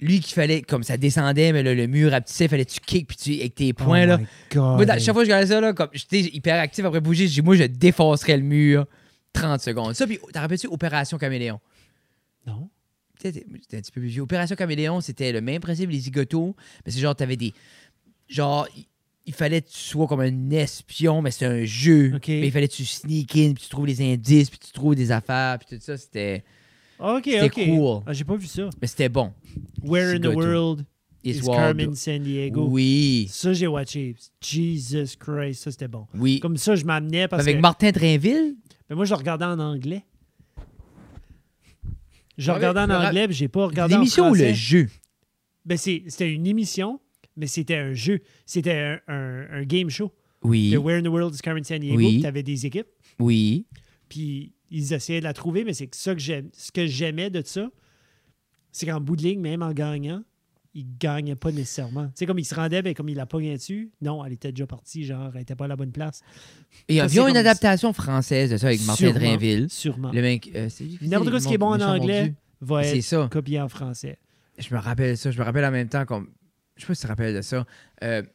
Lui qu'il fallait, comme ça descendait, mais là, le mur rapetissait, fallait que tu kick puis tu, avec tes
Oh
poings, là.
my God.
Moi, dans- chaque fois que je regardais ça, là, comme j'étais hyper actif après bouger, je dis, moi, je défoncerais le mur 30 secondes. Ça, puis t'as rappelé-tu Opération Caméléon?
Non.
Peut-être t'es un petit peu plus vieux. Opération Caméléon, c'était le même principe, les zigotos, mais c'est genre, t'avais des. Genre, il, il fallait que tu sois comme un espion, mais c'était un jeu.
Ok.
Mais il fallait que tu sneak in, puis tu trouves les indices, puis tu trouves des affaires, puis tout ça, c'était.
OK,
C'était
OK.
cool.
Ah, j'ai pas vu ça.
Mais c'était bon.
Where in the
Zigoto.
world
It's
is
Wild.
Carmen San Diego?
Oui.
Ça, j'ai watché. Jesus Christ, ça, c'était bon.
Oui.
Comme ça, je m'amenais parce
Avec
que...
Martin Drainville?
Mais moi, je le regardais en anglais. Je
Ouais,
regardais en
mais Ah le ra-
anglais, puis j'ai pas regardé
L'émission
en
ou
français.
le jeu?
Ben, c'est- C'était une émission, mais c'était un jeu. C'était un, un- un game show.
Oui.
The Where in the World is Carmen San Diego.
Oui.
Tu avais des équipes,
Oui.
puis ils essayaient de la trouver, mais c'est que ça que j'aime. Ce que j'aimais de ça, c'est qu'en bout de ligne, même en gagnant, ils gagnaient pas nécessairement. Tu sais, comme ils se rendaient, ben, comme il la pognait dessus, non, elle était déjà partie, genre, elle était pas à la bonne
Et
place. Ça,
il y a
c'est
une
comme-
adaptation française de ça avec Martin
Sûrement,
Drainville.
Sûrement.
Le mec. euh, c'est lui qui
N'importe
fait
quoi,
les
ce qui est bon en
méchants
anglais
mordus.
va
C'est
être
ça.
copié en français.
Je me rappelle ça. Je me rappelle en même temps comme. Je sais pas si tu te rappelles de ça. Euh, tu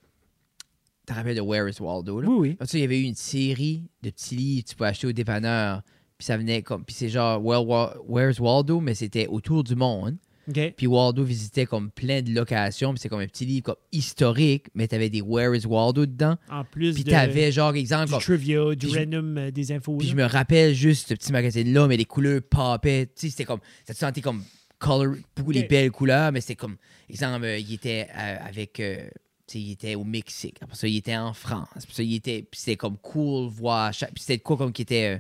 te rappelles de Where is Waldo? Là?
Oui, oui.
Après ça, il y avait eu une série de petits livres que tu pouvais acheter au dépanneur. Puis ça venait comme. Puis c'est genre Well, Wa- Where's Waldo, mais c'était autour du monde.
OK.
Puis Waldo visitait comme plein de locations. Puis c'est comme un petit livre comme historique, mais t'avais des Where is Waldo dedans.
En plus
Puis
de,
t'avais genre, exemple,
du
comme-
trivia, du
Puis je-
random, euh, des infos.
Puis
là.
je me rappelle juste ce petit magazine-là, mais les couleurs papaient. Tu sais, c'était comme. Ça te sentait comme color, beaucoup les
Ok.
belles couleurs, mais c'était comme. Exemple, euh, il était euh, avec. euh, tu sais, il était au Mexique. Après ça, il était en France. Après ça, il était. Puis c'était comme cool voir. Chaque... Puis c'était de quoi comme qui était euh,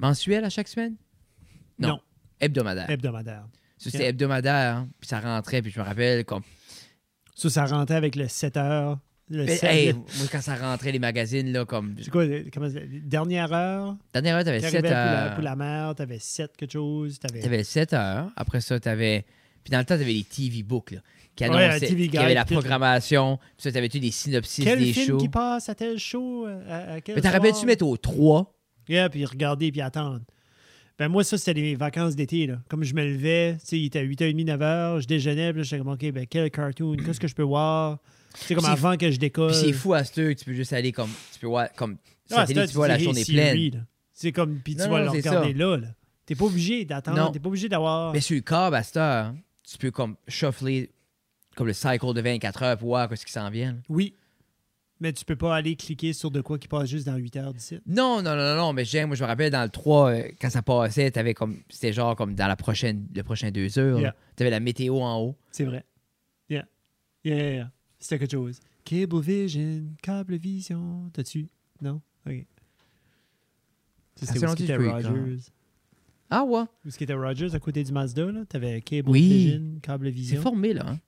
mensuel à chaque semaine? Non.
Non.
Hebdomadaire.
Hebdomadaire.
Ça, c'était hebdomadaire. hein. Puis ça rentrait. Puis je me rappelle comme.
Ça, ça rentrait avec le 7 heures. Le
Mais,
sept-
hey,
le-
moi, quand ça rentrait, les magazines, là, comme.
C'est quoi, le- comment ça- dernière heure?
Dernière heure, t'avais euh,
T'arrivais
7
pour, la,
heures.
pour la mer, t'avais 7 quelque chose. T'avais...
T'avais le 7 heures. Après ça, t'avais. Puis dans le temps, t'avais les TV Books, là, qui
Ouais,
annonçaient.
la TV
qui avaient
Guide,
la
tout.
programmation. Puis ça, t'avais-tu des synopsis
Quel
des
film
shows.
qui passe à tel show? euh, À, à quel
Mais t'en rappelles-tu
soir?
mettre au 3
Yeah, puis regarder, puis attendre. Ben moi, ça, c'était les vacances d'été. Là. Comme je me levais, tu sais, il était 8h30, 9h, je déjeunais, puis là, j'étais comme, OK, ben quel cartoon, qu'est-ce que je peux voir? C'est comme
c'est
avant que je décolle.
Puis c'est fou à ce que tu peux juste aller comme. Tu peux voir. Comme. sur
Ah,
la télé,
c'est
tu vois,
là,
la
dis,
journée
hey,
pleine.
Siri, là. C'est comme, puis tu
Non,
vas
non,
le
c'est
regarder
ça.
là. là. T'es pas obligé
Non.
d'attendre, t'es pas obligé d'avoir.
Mais sur le câble, à cette heure, hein, tu peux comme shuffler comme le cycle de 24 heures pour voir ce qui s'en vient. là.
Oui. Mais tu peux pas aller cliquer sur de quoi qui passe juste dans 8 heures d'ici.
Non, non, non, non, non, mais j'aime, moi je me rappelle dans le 3, euh, quand ça passait, t'avais comme. C'était genre comme dans la prochaine, le prochain deux heures.
Yeah.
là. T'avais la météo en haut.
C'est vrai. Yeah. Yeah, yeah, yeah. C'était quelque chose. Cablevision, Cablevision. T'as-tu? Non? OK. Ça,
Ça fait
C'était où
longtemps
ce
que
était
je peux y croire.
Rogers.
Ah ouais,
Où ce était Rogers à côté du Mazda, là? T'avais
Oui.
Cablevision,
c'est
Cablevision.
formé là. hein.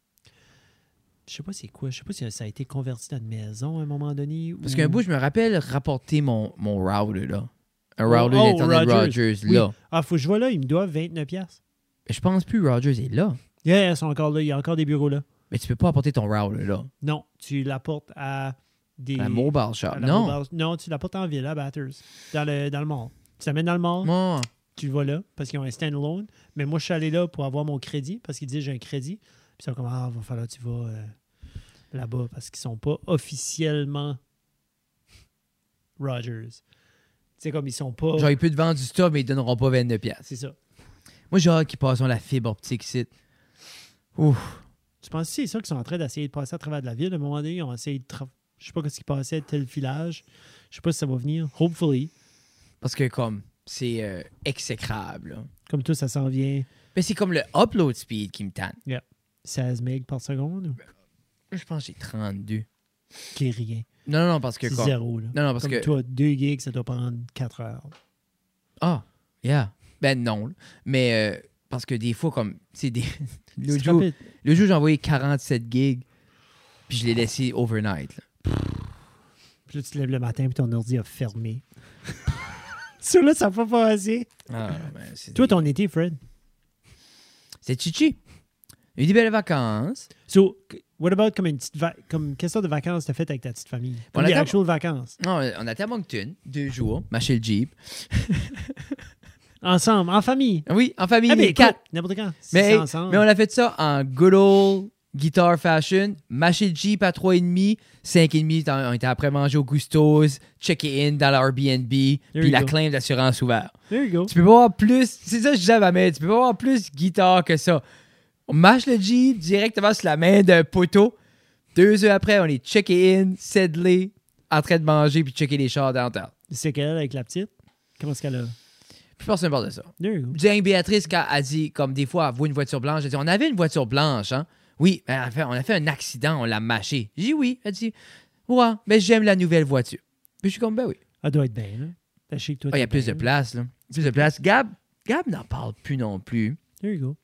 Je sais pas c'est quoi. Je sais pas si ça a été converti dans une maison à un moment donné.
Parce
ou-
qu'un bout, je me rappelle rapporter mon, mon router, là. Un
Oh,
router
oh,
d'Internet
Rogers.
Rogers,
Oui.
là.
Ah, faut que je vois là, ils me doivent 29$. piastres.
Mais Je pense plus Rogers est là.
Yeah, ils sont encore là. Il y a encore des bureaux là.
Mais Mais tu peux pas apporter ton router là.
Non, tu l'apportes à des.
La mobile shop.
à la
Non.
mobile- Non, tu l'apportes en ville à Batters, dans le, dans le mall. Tu l'amènes dans le mall,
Moi.
tu le vois là, parce qu'ils ont un stand-alone. Mais moi, je suis allé là pour avoir mon crédit, parce qu'ils disaient j'ai un crédit. Puis ils sont comme, ah, va falloir que tu vas euh, là-bas, parce qu'ils sont pas officiellement Rogers. C'est comme, ils sont pas.
Genre, ils peuvent te vendre du stuff, mais ils te donneront pas 29$. piastres.
Oh. C'est ça.
Moi, j'ai hâte qu'ils passent la fibre optique ici. Ouf.
Tu penses que c'est ça qu'ils sont en train d'essayer de passer à travers de la ville? À un moment donné, ils ont essayé de. tra- Je sais pas ce qui passait à tel village. Je sais pas si ça va venir. Hopefully.
Parce que, comme, c'est euh, exécrable. là.
Comme tout, ça s'en vient.
Mais c'est comme le upload speed qui me tente.
16 MB par seconde
Ben,
ou-
Je pense que j'ai 32.
qui est rien.
Non, non, non, parce que.
C'est
Comme...
zéro. Là.
Non, non, parce
Comme
que.
toi, 2 gigs, ça doit prendre 4 heures.
Ah, yeah. Ben non. là. Mais euh, parce que des fois, comme. C'est des. le,
C'est
jour,
rapide.
le jour, j'ai envoyé 47 gigs, puis je l'ai laissé overnight. là.
Puis là, tu te lèves le matin puis ton ordi a fermé. ça, là, ça n'a pas passé.
Ah, ben, c'est.
Toi, ton été, Fred.
C'est chichi. Il y a eu des belles vacances.
So, c- what about comme une petite va- comme quelle sorte de vacances t'as fait avec ta petite famille?
On
Comme des
attend-
actual vacances.
Non, on a été à Moncton, deux jours,
Ah.
mâcher le Jeep.
Ensemble, en famille.
Ah Oui, en famille,
ah,
les
mais
quatre.
quatre. N'importe quand. Si
Mais,
c'est
hey,
ensemble.
mais on a fait ça en good old guitar fashion. Mâcher le Jeep à 3,5, 5,5, t'en- on était après manger au Gusto's, checker in dans la Airbnb, puis
you
la
go.
claim d'assurance ouverte.
There you go.
Tu peux pas avoir plus, c'est ça que je disais à ma mère, tu peux pas avoir plus guitare que ça. On mâche le Jeep directement sur la main d'un poteau. Deux heures après, on est checké in, sedlé, en train de manger, puis checker les chars downtown.
C'est qu'elle avec la petite? Comment est-ce qu'elle a?
Plus personne ne parle de ça.
There you go.
Jane Béatrice, quand elle dit, comme des fois, elle voit une voiture blanche, elle dit On avait une voiture blanche, hein Oui, mais elle fait- on a fait un accident, on l'a mâché. J'ai dit Oui. Elle dit Ouais, mais j'aime la nouvelle voiture. Puis je suis comme Ben oui.
Elle doit être bien, là. T'as chic, toi.
Ah, Il y a
t'es
plus de
bien.
place, là. Plus de place. Gab, Gab n'en parle plus non plus.
There you go.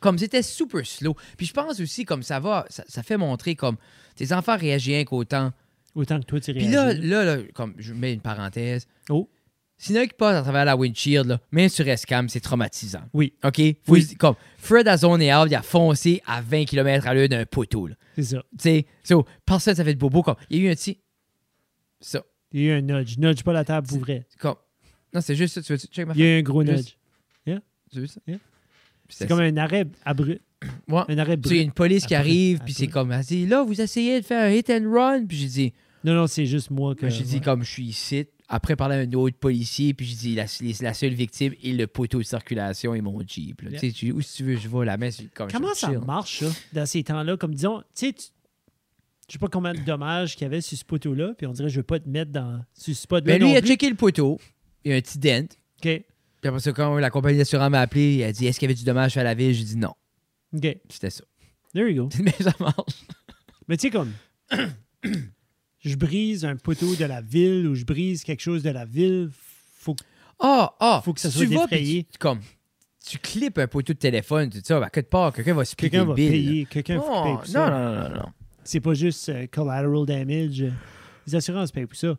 Comme c'était super slow. Puis je pense aussi, comme ça va, ça, ça fait montrer comme tes enfants réagissent rien qu'autant.
Autant que toi, tu
Puis
réagis.
là, là, là, comme je mets une parenthèse.
Oh.
S'il y en a qui passe à travers la windshield, là, même sur Escam, c'est traumatisant.
Oui,
OK? Faut
Oui.
se- Comme Fred a zoné out, il a foncé à 20 km à l'heure d'un poteau. là.
c'est ça.
Tu sais, so, personne ça fait de bobo. Comme, il y a eu un petit. Ça.
Il y a eu un nudge. Nudge pas la table pour vrai.
Comme. Non, c'est juste ça. Tu veux check ma
Il y a eu un gros
Juste-
nudge.
Tu veux ça?
Yeah.
Puis
C'est comme un arrêt abrupt.
Ouais.
Un arrêt
Tu sais, il y a
brut.
une police qui
Après,
arrive,
après.
puis c'est comme. Elle dit là, vous essayez de faire un hit and run. Puis j'ai dit.
Non, non, c'est juste moi que.
j'ai dit,
ouais.
comme je suis ici. Après, parler à un autre policier, puis j'ai dit la, les- la seule victime est le poteau de circulation et mon Jeep. là.
Yeah.
Tu sais, tu- où si tu veux, je vais la main. sur- Comme,
Comment
je-
ça
chill.
marche, ça, dans ces temps-là? Comme disons, tu sais, tu- je sais pas combien de dommages qu'il y avait sur ce poteau-là, puis on dirait, je veux pas te mettre dans sur ce spot-là.
Ben, lui,
non
il a
plus.
checké le poteau. Il y a un petit dent.
OK.
Puis après ça, quand la compagnie d'assurance m'a appelé, elle a dit Est-ce qu'il y avait du dommage fait à la ville J'ai dit non.
OK.
C'était ça.
There you go.
Mais ça marche.
Mais tu sais, comme. je brise un poteau de la ville ou je brise quelque chose de la ville. Faut que.
Ah, ah
Faut que ça
si
soit
tu vas,
défrayé.
puis tu- Comme, tu clippes un poteau de téléphone, tout ça, à quelque part, quelqu'un va se piquer
Quelqu'un
le
va
bill.
payer. Quelqu'un faut
Non,
payer
non,
pour ça.
non, non, non.
C'est pas juste euh, collateral damage. Les assurances payent pour ça.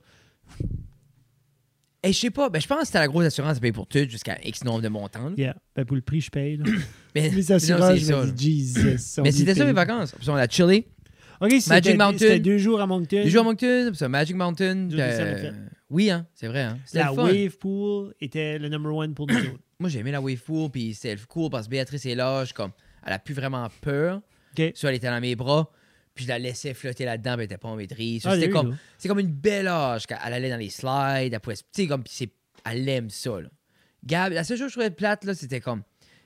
Et je sais pas, ben, je pense que c'était la grosse assurance à payer pour tout jusqu'à X nombre de montants. là.
Yeah. Ben, pour le prix, je paye. là.
Mais,
Les
non,
assurances,
c'est
je
ça,
me
là.
dis, Jesus. on
Mais
est
c'était ça
payé.
mes vacances. Puis on a chillé.
OK, c'était
Magic
deux-
Mountain.
c'était deux jours à Moncton.
J'ai joué à Moncton, puis ça, Magic Mountain.
Deux
puis,
des seules
euh, Oui, hein, c'est vrai. Hein. C'était
La
le fun.
Wave Pool était le number one pour nous autres.
Moi, j'ai aimé la Wave Pool, puis c'était le cool parce que Béatrice est là, je, comme, elle a plus vraiment peur.
OK.
Soit elle était dans mes bras, puis je la laissais flotter là-dedans, puis elle était pas en maîtrise. Ça,
Ah,
c'était
there you
comme,
go.
c'est comme une belle âge. quand Elle allait dans les slides, elle pouvait. se- Tu sais, comme, puis c'est- elle aime ça, là. Gab, la seule chose que je trouvais plate, là, c'était comme,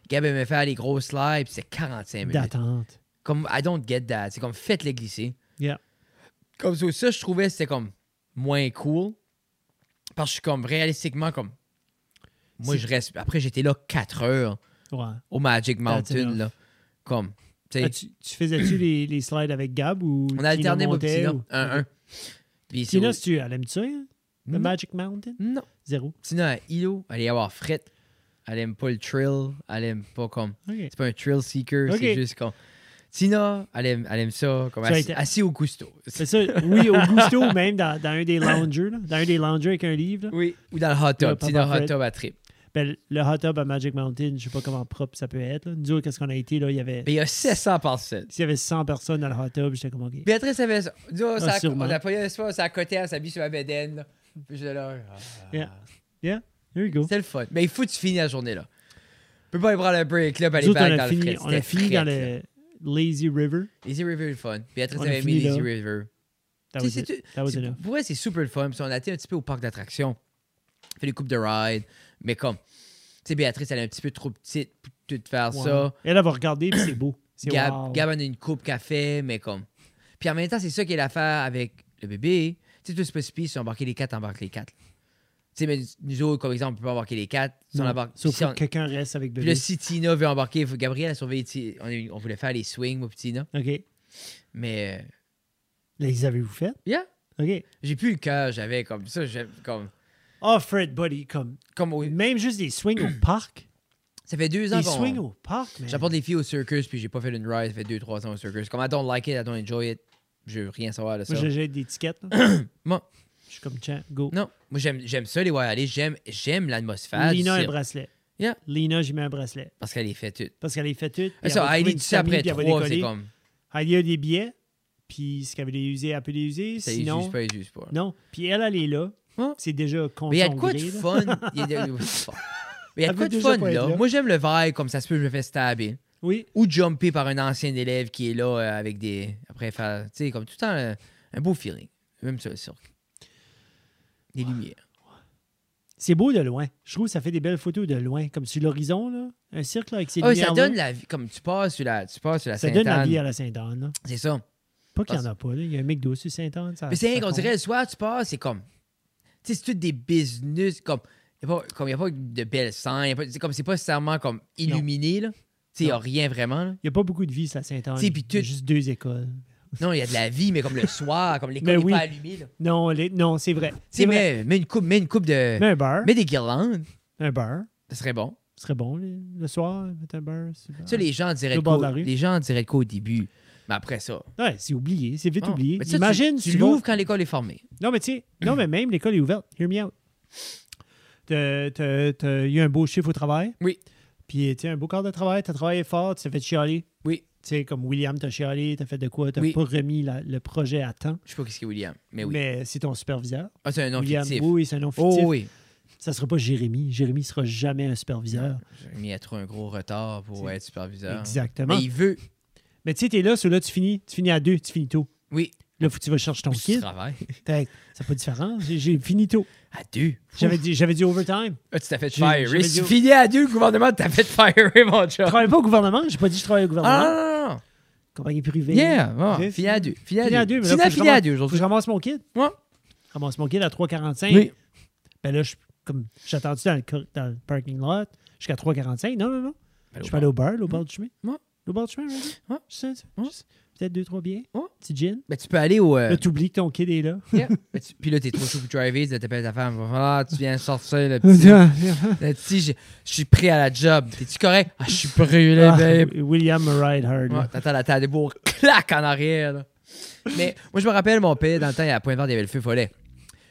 Gab aimait faire les gros slides, puis c'est 45 minutes.
D'attente.
Comme, I don't get that. C'est comme, faites-les glisser.
Yeah.
Comme ça, ça, je trouvais que c'était comme moins cool. Parce que je suis comme, réalistiquement, comme, moi,
C'est-
je reste. Après, j'étais là 4 heures
Ouais.
au Magic Mountain,
enough.
là. Comme, tu sais.
Ah, tu tu faisais-tu les, les slides avec Gab ou.
On
Tina
a alterné, moi,
montait
petit
ou-
Un, un. Puis c'est-
Tina, si tu. Elle aime ça, hein? Le
Non.
Magic Mountain?
Non.
Zéro.
Tina, à Ilo, elle est avoir fret. Elle aime pas le trill. Elle aime pas comme.
OK.
C'est pas un trill seeker,
Ok.
c'est juste comme. Tina, elle aime, elle aime ça, comme
Ça a
assis,
été-
assis au gusto.
C'est ça. Oui, au Gusto, même dans, dans un des loungers, là. Dans un des loungers avec un livre, là.
Oui. Ou dans le hot
Le
tub.
Papa
Tina, hot
Fred.
tub à trip.
Ben, le hot tub à Magic Mountain, je sais pas comment propre ça peut être. là. Nous autres, qu'est-ce qu'on a été, là, il y avait...
Mais il y a 700 personnes.
S'il y avait 100 personnes dans le hot tub, j'étais comme, OK.
Béatrice avait ça. Nous, on s'est-
Ah, sûrement.
on a pris un soir, on s'est à côté, on s'habille sur la bédaine. là. Puis j'étais là. ah.
Yeah. Yeah, here you go.
C'était le fun. Mais il faut que tu finis la journée, là. Tu peux pas aller prendre un break, là, puis aller
Nous autres,
back
on
dans
a
le
fini,
fret.
on a
C'était
fini dans
fret, là.
le Lazy River.
Easy River est le fun. Béatrice
On a
avait mis
fini,
l'Easy
là.
River.
That
Tu
was
sais,
it.
c'est-
That was
c'est-
enough.
Pour vrai, c'est super le fun. Puis on a été un petit peu au parc d'attractions. On fait des coupes de ride. Mais comme, tu sais, Béatrice, elle est un petit peu trop petite pour tout faire
Ouais.
ça.
Elle, elle va regarder, puis c'est beau. C'est
Gab,
wow.
Gab en a une coupe café, mais comme. Puis en même temps, c'est ça qui est l'affaire avec le bébé. Tu sais, tous les possible, si on embarquait les quatre, on embarque les quatre. Tu sais, mais nous autres, comme exemple, on peut pas embarquer les quatre. Si on
Non,
embarque.
Sauf
si
que
on-
quelqu'un reste avec
Puis
bébé.
là, si Tina veut embarquer, il faut- Gabriel a surveillé. Ti- On, est- on voulait faire les swings, moi, puis Tina.
OK.
Mais, euh,
Là, ils avaient vous fait?
yeah,
OK.
j'ai plus le cœur, j'avais comme ça, j'ai- comme.
Oh, Fred, buddy, comme...
comme au-
Même juste des swings au parc.
Ça fait deux ans
Des
qu'on-
swings au parc, man.
hein. J'apporte les filles au circus, puis j'ai pas fait une ride, ça fait deux, trois ans au circus. Comme I don't like it, I don't enjoy it, je veux rien savoir de ça.
Moi, je jette des tickets. là.
Moi.
Je suis comme, tiens, go.
Non, moi j'aime, j'aime ça les voir aller, j'aime, j'aime l'atmosphère. du
Lina, un
cirque.
bracelet.
Yeah.
Lina, j'ai mis un bracelet.
parce qu'elle les fait toutes.
Parce qu'elle est fait toute.
Et
puis elle
ça,
va trouver
Heidi,
une
tu sais, après
famille, puis elle va
trois, c'est
décoller.
comme.
Heidi a des billets, puis ce qu'elle veut les user, elle peut les user.
Ça les
Sinon,
juge pas, ils jugent pas.
non. Puis elle, elle est là.
Hein?
C'est déjà con.
Mais il y a de quoi de fun. Il y a de, Fuck. Mais il y a
Elle
de quoi
veut
de
déjà
fun
pas être
là.
là.
Moi j'aime le vibe, comme ça se peut, je me fais stabber.
Oui.
Ou jumper par un ancien élève qui est là euh, avec des. Après faire. Tu sais, comme tout le temps, euh, un beau feeling. Même ça, le cirque. Des lumières.
C'est beau de loin. Je trouve que ça fait des belles photos de loin. Comme sur l'horizon, là. Un cirque là, avec ses
Ah oui, ça
lumières,
donne
là.
la vie. Comme tu passes sur la, tu passes sur la
Ça donne la vie
Sainte-Anne.
à la Sainte-Anne. là.
C'est ça.
Pas qu'il n'y en a pas. là. Il y a un McDo sur Sainte-Anne. ça-
Mais c'est rien
ça
qu'on
compte.
dirait, le soir, tu passes, c'est comme. Tu sais, c'est tout des business. Comme, il n'y a, pas- comme y a pas de belles scènes. y a pas- C'est comme, c'est pas nécessairement comme illuminé, là. Tu sais, il n'y a
Non.
rien vraiment, là.
Il n'y a pas beaucoup de vie, sur la Sainte-Anne.
Tu sais, puis
Il y a
tout-
juste deux écoles.
Non, il y a de la vie, mais comme le soir, comme l'école
Mais
n'est
oui.
pas allumée, là. Tu
Non, les- non c'est vrai.
sais,
C'est vrai.
mets, mets une coupe, mets une coupe de.
Mais un bar.
Mets des guirlandes,
Un bar.
ça serait bon.
Ce serait bon le le soir, mettre un bar. c'est bon.
Ça, les gens diraient
Au
quoi
bord de la rue.
Les gens diraient quoi au début. Mais après ça.
Ouais, c'est oublié, c'est vite
non.
oublié.
Ah, Mais ça, tu-
Imagine,
tu,
tu vas-
l'ouvres quand l'école est formée.
Non, mais tu sais, non, mais même l'école est ouverte. Hear me out. T'as- t'as- t'as- Il y a un beau chiffre au travail.
Oui.
Puis, tu sais, un beau quart de travail, t'as travaillé fort, tu t'es fait chialer.
Oui.
Tu sais, comme William t'a chialé, t'as fait de quoi, t'as
Oui.
pas remis la- le projet à temps.
Je sais pas ce c'est William, mais oui.
c'est ton superviseur.
Ah, c'est un nom
William,
fictif.
oui, c'est un nom
Oh
fictif.
oui.
Ça sera pas Jérémy. Jérémy sera jamais un superviseur.
J'ai mis à trop un gros retard pour
C'est-
être superviseur.
Exactement.
Mais
Mais,
il veut.
tu sais, t'es là, celui-là, tu finis, tu finis à deux, tu finis tôt.
Oui.
Là, faut que tu vas chercher ton
Puis tu
kit.
travailles.
Fait que C'est pas différent. J'ai- J'ai fini tôt.
À deux.
J'avais dit, j'avais dit overtime.
Ah, tu t'as fait
J'ai-
firer.
j'avais
Si
dit
tu
au-
finis à deux, le gouvernement t'a fait firer, mon
Je
chat.
travaille pas au gouvernement. J'ai pas dit que je travaille au gouvernement.
Ah, non, non, non.
Compagnie privée.
Yeah, bon,
Fini-
finis à deux. Finis
Fini
à deux.
mais là,
Sinon,
faut que je
finis à
ramasse-
deux
Faut que
aujourd'hui.
je ramasse mon kit.
Ouais.
Je ramasse mon kid à 3,45.
Oui.
Ben là, je, comme, j'ai attendu dans le, cor- dans le parking lot jusqu'à 3,45. Non, non, non.
Ben,
je suis allé au bar, là, au bord du chemin.
Ouais.
Au bord du chemin, regarde.
Ouais.
Juste ça,
Ouais.
juste Peut-être deux, trois bières.
Ouais.
Petit gin.
Ben, tu peux aller au. euh,
Là, t'oublies que ton kid est là.
yeah. Ben, tu- Puis là, t'es trop chaud pour driver. Tu t'appelles ta femme. Ah, tu viens sortir le petit.
Ah,
Le petit, je je suis prêt à la job. T'es-tu correct? Ah, je suis brûlé, babe.
William me ride hard. là.
Ouais, T'entends la tête des bourgs clac en arrière. là. Mais moi, je me rappelle, mon père, dans le temps, à Pointe-Verte, il y avait le feu follet.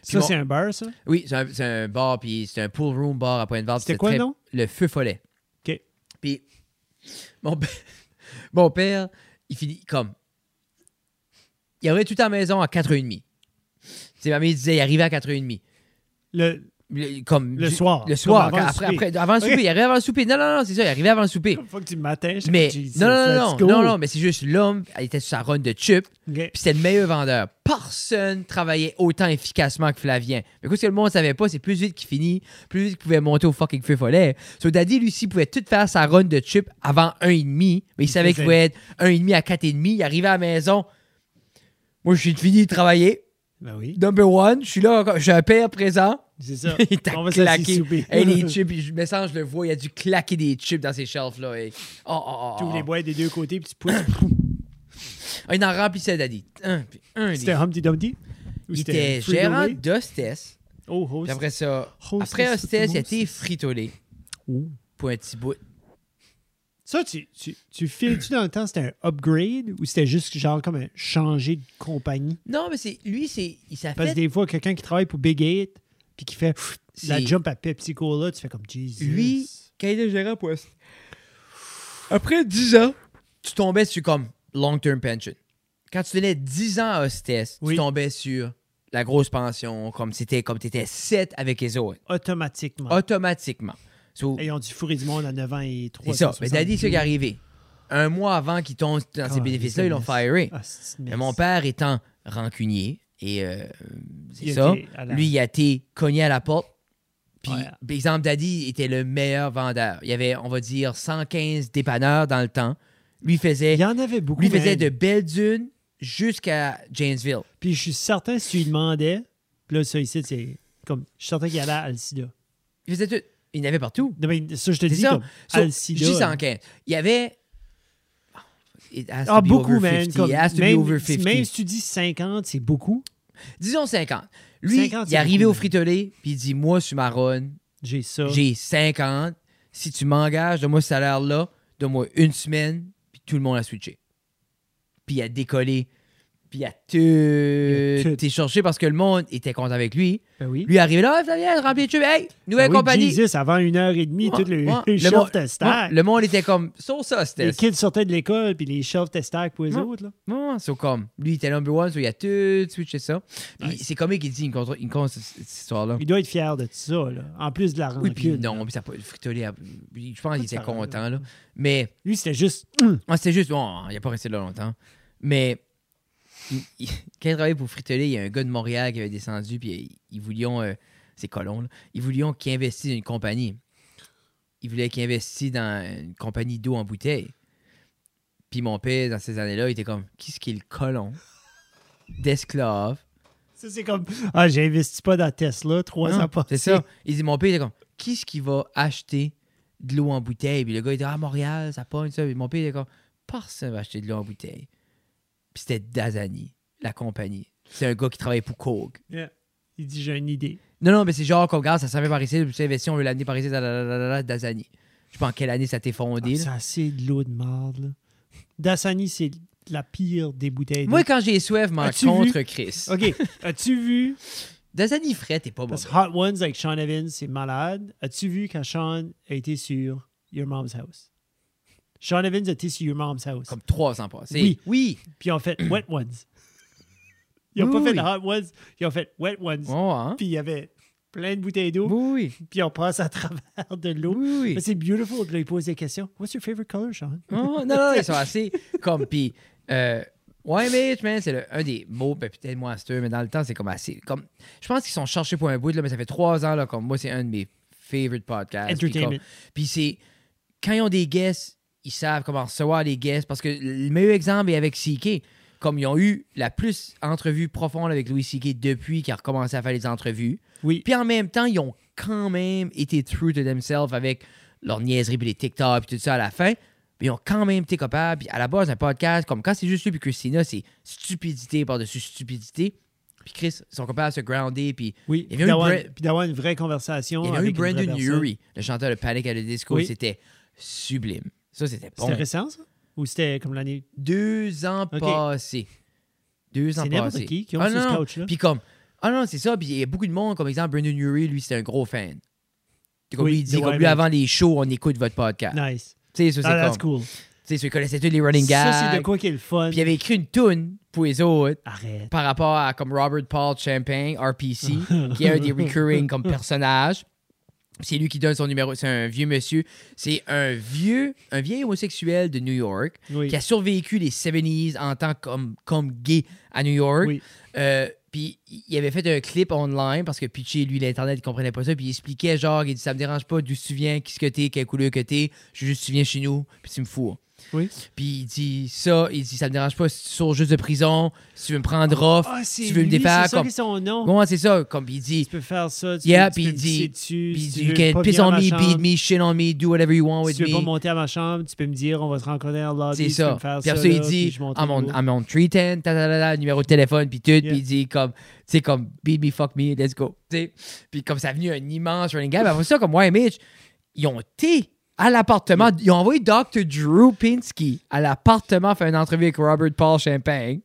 Ça,
bon.
c'est un bar, ça.
Oui, c'est un, c'est un bar, puis c'est un pool room bar à Pointe-Verte.
C'était quoi le nom?
Le Feu Follet.
OK.
Puis, mon père, mon père, il finit comme. Il aurait tout à la maison à 4h30. C'est ma mère il disait, il arrivait à 4h30.
Le,
Le- Comme
le
du-
soir.
Le soir,
Comme
quand-
avant le
après,
souper.
après- avant le souper. Il arrivait avant le souper. Non, non, non, c'est ça, il arrivait avant le souper.
Faut que tu me matins. j'étais
Mais
comme, Jesus,
non, non,
let's
non,
go.
non, non, mais c'est juste l'homme, il était sur sa run de chips,
OK.
puis c'était le meilleur vendeur. Personne travaillait autant efficacement que Flavien. Mais quoi, ce que le monde savait pas, c'est plus vite qu'il finit, plus vite qu'il pouvait monter au fucking feu follet. So, Daddy Lucy pouvait tout faire sa run de chips avant 1,5, mais il savait qu'il
faisait.
pouvait être 1,5 à 4,5. Il arrivait à la maison. Moi, je suis fini de travailler.
Ben oui.
Number one, je suis là, encore- j'ai un père présent.
C'est ça.
Il t'a
On va
claqué.
s'assis souper.
Hey, les chips, il- je me sens, je le vois, il a dû claquer des chips dans ses shelves, là. hey. Oh, oh, oh,
Tu ouvres
oh.
les boîtes des deux côtés, puis tu pousses.
Ah, il en remplissait, Daddy. Un, puis un.
C'était
des-
Humpty Dumpty? Ou
Il
c'était
était
Free
gérant
Doorway? d'hôtesse.
d'hostess.
Oh, host.
Puis après ça,
Hostess,
après hostess, il a été
hostess.
fritolé
Oh.
pour un petit bout.
Ça, tu, tu, tu files-tu dans le temps, c'était un upgrade ou c'était juste genre comme un changer de compagnie?
Non, mais c'est lui, c'est il s'est
Parce que
fait.
des fois, quelqu'un qui travaille pour Big Eight, puis puis qui fait pff, la
C'est-
jump à Pepsi Cola, tu fais comme Jesus.
Lui, quand il était gérant poste, après 10 ans, tu tombais sur comme long-term pension. Quand tu donnais 10 ans à hostess,
Oui.
tu tombais sur la grosse pension, comme c'était comme t'étais 7 avec les autres,
Automatiquement.
automatiquement. So,
Ayant du fourré du monde à 9 ans et 3
c'est ça. Mais Daddy, c'est ce qui est arrivé. Un mois avant qu'il tombe dans ces
Ah,
bénéfices-là, ils l'ont
goodness.
firé.
Ah, c'est-
Mais mon père étant rancunier, et euh, c'est
Il
ça,
était à la-
lui, il a été cogné à la porte. Puis,
Ouais.
par exemple, Daddy était le meilleur vendeur. Il y avait, on va dire, 115 dépanneurs dans le temps. Lui faisait,
Il y en avait beaucoup.
lui faisait
mais-
de Belle Dune jusqu'à Janesville.
Puis je suis certain, si tu lui demandais, puis là, ça ici, c'est comme. Je suis certain qu'il allait à Alcida.
Il faisait tout. Il y en avait partout.
Non, mais ça, je te
C'est
dis,
ça.
comme euh,
So,
Alcida.
je dis 115. Il y avait. It has to
Ah,
be
beaucoup,
over
man.
50.
comme-
It has to be
même,
over
si-
50.
même si tu dis 50, c'est beaucoup.
Disons 50. Lui,
50,
il est
c'est
arrivé au
beaucoup, man.
fritolé, puis il dit Moi, sur ma run,
J'ai ça.
j'ai 50. Si tu m'engages, donne-moi ce salaire-là, donne-moi une semaine, puis tout le monde a switché. Puis il a décollé, puis il a
Il a
tout
tout.
été cherché parce que le monde était content avec lui.
Ben oui.
Lui arrivé là, Ah, Flavien, remplis de cheveux, hey,
Ben
nouvelle
oui,
compagnie.
Jesus, avant une heure et demie,
Ouais,
tout le,
ouais,
les
le
shelf
monde-
testers.
Ouais, le monde était comme, sauf ça, c'était.
les kids sortaient de l'école, puis les shelf testers pour les
Ouais.
autres. Là.
Ouais, so comme, lui, il était number one, so il a tout switché ça. Puis
Nice.
c'est comique, il dit, il me contre- il me compte cette cette histoire-là.
Il doit être fier de ça, là. en plus de la
Oui, puis
rancune.
non, puis ça a pas- le fritolé, a- je pense qu'il était
différent,
content, là. Mais.
Lui, c'était juste.
Ah, c'était juste, bon, il a pas resté là longtemps. Mais il- il- quand il travaillait pour Fritelé, il y a un gars de Montréal qui avait descendu, puis ils- ils voulions, euh, c'est colon, là, ils voulions qu'il investisse dans une compagnie. Ils voulaient qu'il investisse dans une compagnie d'eau en bouteille. Puis mon père, dans ces années-là, il était comme, qu'est-ce qu'il est le colon d'esclave?
Ça, c'est comme. Ah, j'investis pas dans Tesla, trois ans
Non,
passés.
Hein, Ah, C'est ça. Il dit, mon père, il était comme, qui ce qui va acheter de l'eau en bouteille? Puis le gars, il dit, ah, Montréal, ça pogne, ça. Puis mon père, il était comme, personne va acheter de l'eau en bouteille. Puis c'était Dazani, la compagnie. C'est un gars qui travaille pour Coke.
Yeah. Il dit J'ai une idée.
Non, non, mais c'est genre, qu'on regarde, ça s'en vient par ici, tu investi, on veut l'amener par ici, da, da, da, da, da, Dazani. Je sais pas en quelle année ça t'est fondé. là.
Ah, Ça, c'est de l'eau de marde. là. Dasani, c'est la pire des bouteilles. d'eau.
Moi, quand j'ai soif, je m'en
As-tu
contre Chris.
OK. As-tu vu?
Dazani frais, t'es pas bon.
Parce que Hot Ones avec Sean Evans, c'est malade. As-tu vu quand Sean a été sur Your Mom's House? Sean Evans a été sur Your Mom's House.
Comme 300 passés.
Oui.
Oui.
Puis ils ont fait Wet Ones. Ils n'ont
Oui,
pas fait
oui.
Hot Ones, ils ont fait Wet Ones.
Oh, hein?
Puis il y avait plein de bouteilles d'eau,
Oui, oui.
puis on passe à travers de l'eau.
Oui, oui.
Mais C'est beautiful de lui poser des questions. What's your favorite color, Sean?
Oh, non, non, ils sont assez comme. Puis, euh, ouais, mais man, c'est le- un des mots, ben, peut-être moins astucieux, mais dans le temps, c'est comme assez. Comme, je pense qu'ils sont cherchés pour un bout, là, mais ça fait trois ans, là, comme moi, c'est un de mes favorite podcasts. puis
Entertainment.
comme- Puis c'est. Quand ils ont des guests, ils savent comment recevoir les guests. Parce que le meilleur exemple est avec CK. Comme ils ont eu la plus entrevue profonde avec Louis CK depuis qu'il a recommencé à faire les entrevues.
Oui.
Puis en même temps, ils ont quand même été true to themselves avec leur niaiserie, puis les TikTok, puis tout ça à la fin. Puis ils ont quand même été capables. Puis à la base, un podcast, comme quand c'est juste lui, puis Christina, c'est stupidité par-dessus stupidité. Puis Chris, ils sont capables de se grounder, puis
Oui.
Il y
Puis
avait eu
d'avoir
Bra-
puis d'avoir une vraie conversation.
il y en a eu
Oh, avec une vraie
Brandon
personne.
Urie, le chanteur de Panic at the Disco.
Oui.
C'était sublime. Ça, c'était bon.
C'était récent, ça? Ou c'était comme l'année.
Deux ans
Ok.
passés. Deux ans
C'est n'importe
passés.
qui qui ont
Ah
ce
non, non.
couch-là.
Puis comme, ah non, c'est ça. Puis il y a beaucoup de monde, comme exemple, Brandon Urie, lui, c'était un gros fan. C'est Comme
Oui,
lui, il dit,
The
comme
Wild
lui,
Oats.
avant les shows, on écoute votre podcast.
Nice.
Tu sais, ça,
Ah,
c'est
that's
comme.
cool.
Tu sais, ça, il connaissait tous les running gags.
Ça, c'est de quoi qui est le fun.
Puis il avait écrit une tune pour les autres
Arrête.
par rapport à comme Robert Paul Champagne, RPC, qui est un des recurring comme personnage. C'est lui qui donne son numéro. C'est un vieux monsieur. C'est un vieux, un vieil homosexuel de New York
Oui.
qui a survécu les 70s en tant que comme, comme gay à New York.
Oui.
Euh, puis il avait fait un clip online parce que Pitché, lui, l'Internet, il comprenait pas ça. Puis il expliquait genre, il dit Ça me dérange pas d'où tu viens, qui ce que t'es, quelle couleur que t'es. Je veux juste que tu viens chez nous, puis tu me fous.
Oui.
Puis il dit ça, il dit ça me dérange pas si tu sors juste de prison, si tu veux me prendre off,
Ah,
si
c'est
tu veux me
lui,
défaire.
C'est ça
Comme...
qui est son nom.
Comment c'est ça? Comme il dit,
Tu peux faire ça. Tu
Yeah,
peux,
puis il
tu peux me pisser
dit-
dessus.
puis E
si
you
tu veux
can
pas
piss
venir à
on
ma
me,
chambre,
beat me, shit on me, do whatever you want
Si
with
tu veux
me.
pas monter à ma chambre, tu peux me dire on va se rencontrer dans le lobby.
C'est
tu peux
ça.
me faire
Puis
ça,
après, il
là, puis
dit
je monte
I'm
au
on,
bout.
I'm on 310, ta, ta, ta, ta, numéro de téléphone, puis tout. Puis il dit comme, tu sais, comme beat me, fuck me, let's go. Tu sais. Puis comme ça a venu un immense running game. Après ça, comme moi et Mitch, ils ont été à l'appartement.
Mm.
Ils ont envoyé Dr. Drew Pinsky à l'appartement faire une entrevue avec Robert Paul Champagne.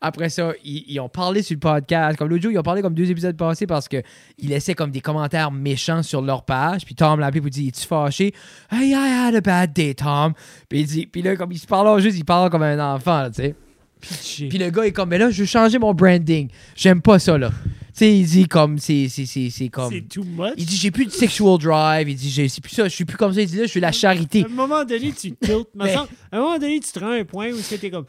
Après ça, ils, ils ont parlé sur le podcast. Comme l'autre jour, ils ont parlé comme deux épisodes passés parce que ils laissaient comme des commentaires méchants sur leur page. Puis Tom l'a appelé pour dire Es-tu fâché Hey, I had a bad day, Tom. Puis, il dit, puis là, comme ils se parlent juste, ils parlent comme un enfant, là, tu sais.
Pitché.
Puis le gars est comme Mais là, je veux changer mon branding. J'aime pas ça, là. Tu sais, il dit comme C'est c'est- c'est- c'est comme.
C'est too much.
Il dit J'ai plus de sexual drive. Il dit J'ai- C'est plus ça. Je suis plus comme ça. Il dit Là, je fais la charité.
À un moment donné, tu tiltes. me
Mais-
semble. À un moment donné, tu te rends à un point où c'était comme.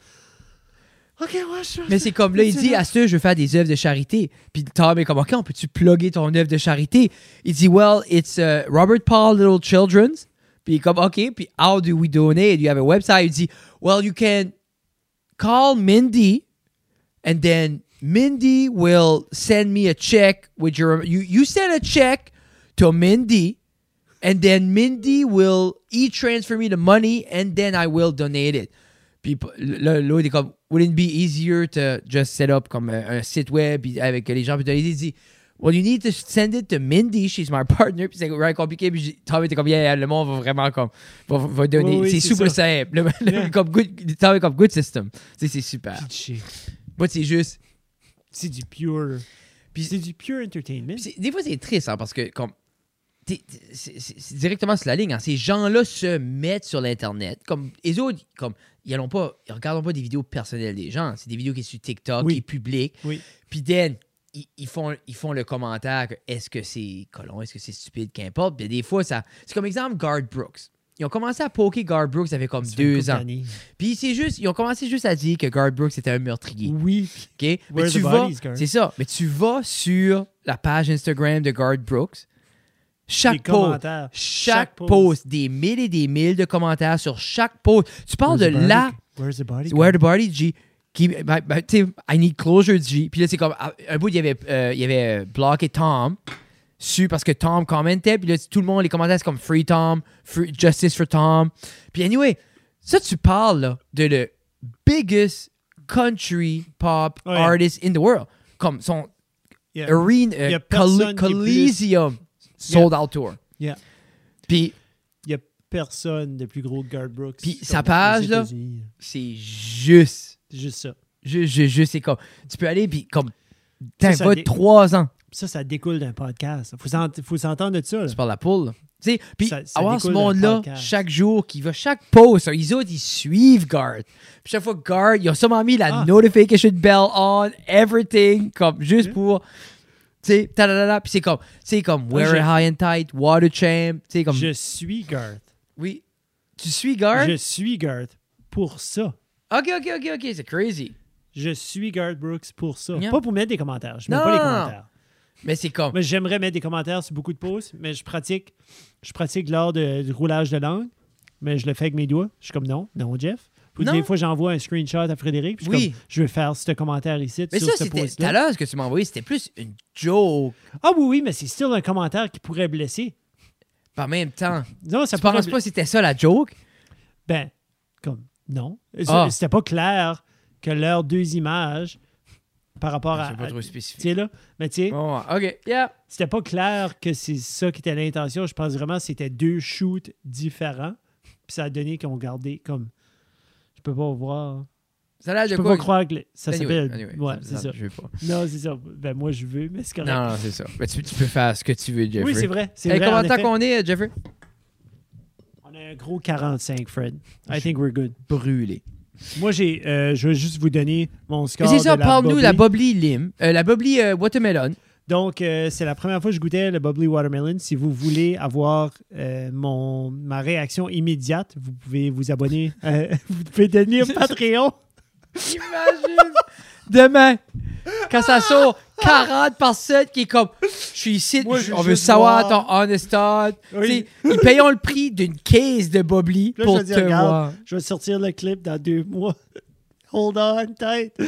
Ok, ouais, je
Mais c'est comme là, il dit à ce je veux faire des œuvres de charité. Puis Tom est comme OK, on peut-tu plugger ton œuvre de charité Il dit Well, it's uh, Robert Paul Little Children's. Puis il est comme OK, puis how do we donate Do you have a website Il dit Well, you can call Mindy and then Mindy will send me a check with your you you send a check to Mindy and then Mindy will e-transfer me the money and then I will donate it. Puis p- là, l'autre est comme wouldn't it be easier to just set up comme un, un site web puis avec les gens puis donner il dit Well, you need to send it to Mindy. She's my partner. Puis c'est vraiment compliqué. Puis j'ai- Tom était comme, yeah, yeah, le monde va vraiment comme, va, va donner.
Oui, oui,
c'est
c'est
super
ça.
simple. Le- le-
Yeah.
comme good, Tom est comme good system. Tu sais, c'est super.
Pitché.
Moi, c'est juste.
C'est du pure.
Puis-
c'est du pure entertainment.
Puis c'est- des fois, c'est triste, hein, parce que comme. t'es- t'es- c'est- C'est c'est directement sur la ligne. hein. Ces gens-là se mettent sur l'Internet. Comme les autres, comme, ils ne pas, ils regardent pas des vidéos personnelles des gens. hein. C'est des vidéos qui sont sur TikTok,
Oui.
qui est public.
Oui.
Puis then, ils, ils font, ils font le commentaire que est-ce que c'est colon, est-ce que c'est stupide, qu'importe. Puis des fois, ça. C'est comme exemple Guard Brooks. Ils ont commencé à poker Guard Brooks, ça fait comme
Ça fait une
deux
couple
ans.
d'années.
Puis c'est juste, ils ont commencé juste à dire que Guard Brooks était un meurtrier.
Oui.
OK?
Where
Mais
the
tu vas,
bodies, girl.
c'est ça. Mais tu vas sur la page Instagram de Guard Brooks.
Les
Chaque post,
commentaires.
chaque
Chaque
post,
post.
des mille et des mille de commentaires sur chaque post. Tu parles
Where's the
de
body?
la
Where's the body?
Where the Body G. Qui, ben, ben, tu sais, I need closure G. Puis là, c'est comme à- un bout, il y avait, euh, il y avait euh, bloqué Tom su parce que Tom commentait. Puis là, tout le monde, les commentaires, c'est comme Free Tom, Free- Justice for Tom. Puis anyway, ça, tu parles là, de le biggest country pop
Ouais.
artist in the world. Comme son
Oh, Yeah.
arena,
Y
euh,
a
Coll-
personne qui est plus-
Coliseum sold out tour.
Yeah.
Puis
Il n'y a personne de plus gros que Garth Brooks.
Puis sa
Comme
page,
aux
là.
États-Unis.
c'est juste
C'est juste ça.
Je, je, je sais comme. Tu peux aller, puis comme. T'as
Ça, ça
va
dé-
trois ans.
Ça, ça découle d'un podcast. Il faut s'en- faut s'entendre de ça. là.
Tu parles la poule. là. Tu sais, puis
Ça- ça
avoir ce
découle d'un
monde-là,
podcast.
chaque jour, qui va, chaque pause, hein, les autres, ils suivent Guard. Puis chaque fois que Guard, ils ont sûrement mis la
Ah.
notification bell on, everything, comme juste
Yeah.
pour. Tu sais, ta-da-da-da. Puis c'est comme, c'est comme
Moi,
Wear
j'ai-
it high and tight, Water Champ, tu sais, comme.
Je suis Garth.
Oui. Tu suis Guard?
Je suis Garth pour ça.
Ok, ok, ok, ok, c'est crazy.
Je suis Garth Brooks pour ça.
Yeah.
Pas pour mettre des commentaires. Je ne mets
Non,
pas les
non, non.
commentaires.
Mais c'est comme.
Moi, j'aimerais mettre des commentaires sur beaucoup de posts, mais je pratique, je pratique l'art de- du roulage de langue, mais je le fais avec mes doigts. Je suis comme non, non, Jeff. Puis
Non.
des fois, j'envoie un screenshot à Frédéric, puis je, suis
Oui.
comme, je veux faire ce commentaire ici
Mais
sur
ça,
ce
c'était. Tout
post-là.
à l'heure, ce que tu m'as envoyé, c'était plus une joke.
Ah oui, oui, mais c'est still un commentaire qui pourrait blesser.
Puis En même temps,
Non, ça
tu penses
pourrait-
pas que c'était ça la joke?
Ben, comme, non. Euh,
Ah.
C'était pas clair que leurs deux images par rapport à.
C'est pas trop
tu
spécifique.
sais, là, mais tu sais,
Bon, ok, yeah.
c'était pas clair que c'est ça qui était l'intention. Je pense vraiment que c'était deux shoots différents. Puis ça a donné qu'on gardait comme. Je peux pas voir.
Ça a l'air
Je
de
peux
quoi?
pas croire que le- ça
Anyway,
s'appelle.
anyway,
ouais,
me
c'est ça.
tente, Je veux pas.
Non, c'est ça. Ben, moi, je veux, mais c'est correct.
Non, non, c'est ça. Mais tu, tu peux faire ce que tu veux, Jeffrey.
oui, c'est vrai. C'est
Hey,
vrai.
comment
en
de temps
effet.
qu'on est, euh, Jeffrey?
On a un gros 45, Fred. I
Je-
think we're good.
Brûlé.
Moi, j'ai, euh, je veux juste vous donner mon
Mais
score.
c'est ça,
de la
parle-nous
Bobby.
de la Bobli Lime, euh, la Bobli euh, Watermelon.
Donc, euh, c'est la première fois que je goûtais le Bubbly Watermelon. Si vous voulez avoir euh, mon, ma réaction immédiate, vous pouvez vous abonner. euh, vous pouvez devenir Patreon.
Imagine! Demain, quand ça sort, 40 par 7 qui est comme, je suis ici,
Moi,
je-
je
on
veux
veut
juste
savoir
voir.
ton honest thought.
Oui.
Tu sais, Ils payent le prix d'une caisse de Bobli
Là,
pour
je vais dire,
te
regarde,
voir.
Je vais sortir le clip dans deux mois. Hold on, tête.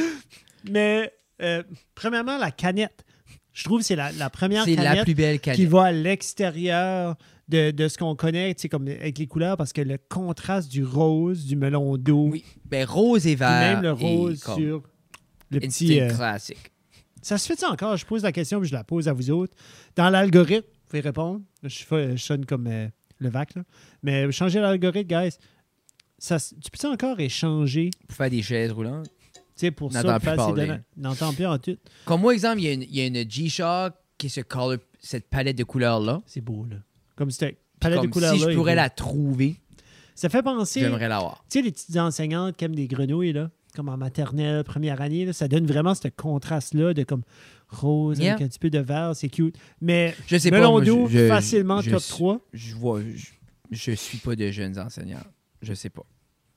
Mais, euh, premièrement, la canette. Je trouve que c'est la, la première
C'est
canette.
la plus belle
qui
canette.
va à l'extérieur de, de ce qu'on connaît, tu sais, comme avec les couleurs, parce que le contraste du rose, du melon d'eau,
Oui. Ben, rose et
puis
vert.
même le rose
et comme
sur le petit.
Instinct
euh,
classique.
ça se fait ça encore? Je pose la question puis je la pose à vous autres. Dans l'algorithme, vous pouvez répondre. Je, fais- je sonne comme euh, le VAC, là. Mais changer l'algorithme, guys. Ça, se- tu peux encore échanger
Pour faire des chaises roulantes.
sais, pour
N'entends
ça,
plus
faire ses
parler.
données. N'entends plus en tout.
Comme moi, exemple, il y a une, il y a une G-Shock qui est ce color- cette palette de couleurs-là.
C'est beau, là. Comme c'était.
Comme
Palette de couleurs.
si
là,
je
il
pourrais
est beau.
la trouver,
Ça fait penser. Tu
j'aimerais l'avoir.
sais, les petites enseignantes qui aiment des grenouilles, là. Comme en maternelle, première année, là, ça donne vraiment ce contraste-là de comme rose
Yeah.
avec un petit peu de vert, c'est cute. Mais
Je sais pas. moi,
Melondo,
je- je-
facilement
je-
top 3.
Je vois, je, je suis pas de jeunes enseignants. Je sais pas.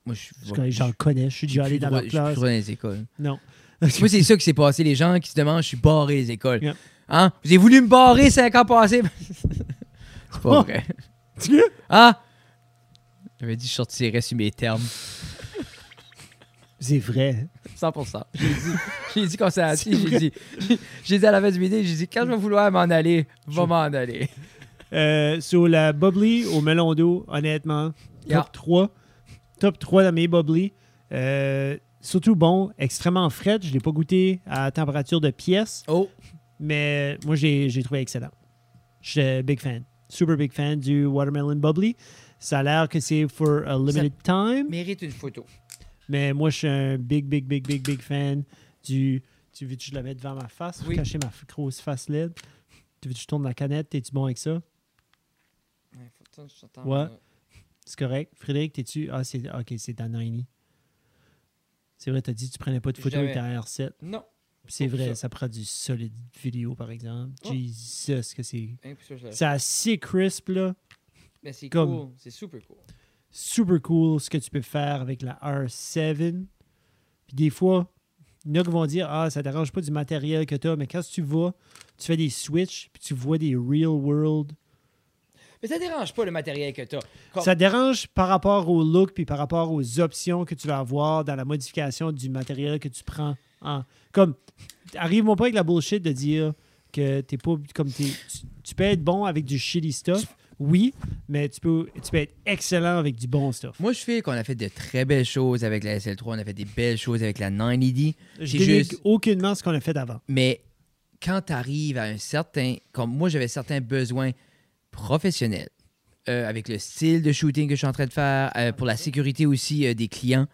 Moi, je
Parce que J'en connais, je suis déjà allé dans
la
leur classe.
dans les écoles.
Non.
Moi, c'est ça qui s'est passé. Les gens qui se demandent, je suis barré des écoles.
Yeah.
Hein? Vous avez voulu me barrer cinq ans passés? c'est pas vrai. Hein? J'avais dit, je sortirais sur mes termes.
C'est vrai.
100%. J'ai dit, j'ai dit qu'on s'est assis, j'ai dit, j'ai- j'ai dit à la fin du midi, j'ai dit, quand je vais vouloir m'en aller, va
Je-
m'en aller.
Euh, sur la bubbly au melon d'eau, honnêtement,
Yeah.
top 3. Top 3 dans mes bubbly. Euh, surtout bon, extrêmement frais. Je ne l'ai pas goûté à température de pièce,
Oh,
mais moi, j'ai j'ai trouvé excellent. Je suis big fan. Super big fan du Watermelon Bubbly. Ça a l'air que c'est for a limited time,
mérite une photo.
mais moi, je suis un big, big, big, big, big fan du... Tu veux que je la mette devant ma face pour
Oui.
cacher ma f- grosse face laide? Tu veux que je tourne la canette? T'es-tu bon avec ça? Ouais. C'est correct. Frédéric, t'es-tu. Ah, c'est. Ok, c'est ta 90. C'est vrai, t'as dit que tu prenais pas de photo avec ta R7.
Non,
Puis C'est
Pour
vrai, ça.
ça.
prend du solide vidéo, par exemple.
Oh.
Jesus, que c'est. C'est assez crisp, là.
mais c'est
Comme- cool,
c'est super cool.
Super cool ce que tu peux faire avec la R7. Puis des fois, il y en a qui vont dire Ah, ça dérange pas du matériel que t'as, mais quand tu vas, tu fais des switches, puis tu vois des real world
Mais ça dérange pas le matériel que t'as. Comme-
Ça dérange par rapport au look puis par rapport aux options que tu vas avoir dans la modification du matériel que tu prends. en- Comme, arrive-moi pas avec la bullshit de dire que t'es pas comme t'es- tu, tu peux être bon avec du shitty stuff, oui, mais tu peux, tu peux être excellent avec du bon stuff.
Moi, je fais qu'on a fait de très belles choses avec la SL3, on a fait des belles choses avec la E 9ED,
Je
C'est
dénigre
juste-
aucunement ce qu'on a fait avant.
mais quand t'arrives à un certain... Comme moi, j'avais certains besoins professionnels euh, avec le style de shooting que je suis en train de faire, euh, pour la sécurité aussi euh, des clients.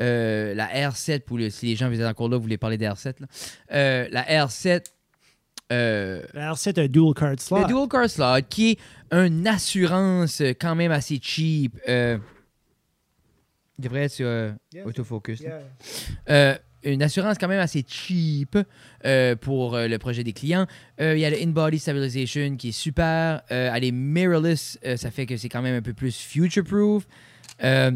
Euh, la R7, pour le- si les gens vous êtes encore là, vous voulez parler de R7, là. Euh, la R7... euh,
Alors, c'est un dual card slot.
Le dual car slot, qui est une assurance euh, quand même assez cheap. Euh, il devrait être sur euh,
Yeah.
autofocus. là. Euh, une assurance quand même assez cheap euh, pour euh, le projet des clients. Euh, Il y a le in-body stabilization qui est super. Euh, elle est mirrorless, euh, ça fait que c'est quand même un peu plus future-proof. Euh,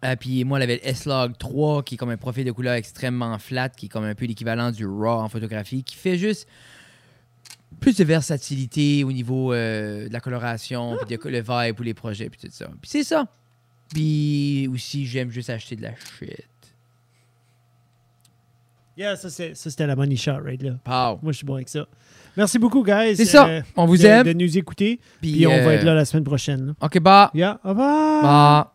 ah, puis moi, elle avait le S-Log 3 qui est comme un profil de couleur extrêmement flat, qui est comme un peu l'équivalent du RAW en photographie, qui fait juste plus de versatilité au niveau euh, de la coloration, puis de co- le vibe pour les projets, puis tout ça. Puis c'est ça. Puis aussi, j'aime juste acheter de la shit.
Yeah, ça, c'est- ça, c'était la money shot, right là.
Pow.
Moi, je suis bon avec ça. Merci beaucoup, guys.
C'est ça.
euh,
on vous
de-
aime.
De nous écouter.
puis
Puis on va
euh,
être là la semaine prochaine. là.
OK, bah.
Yeah, au revoir.
Bah.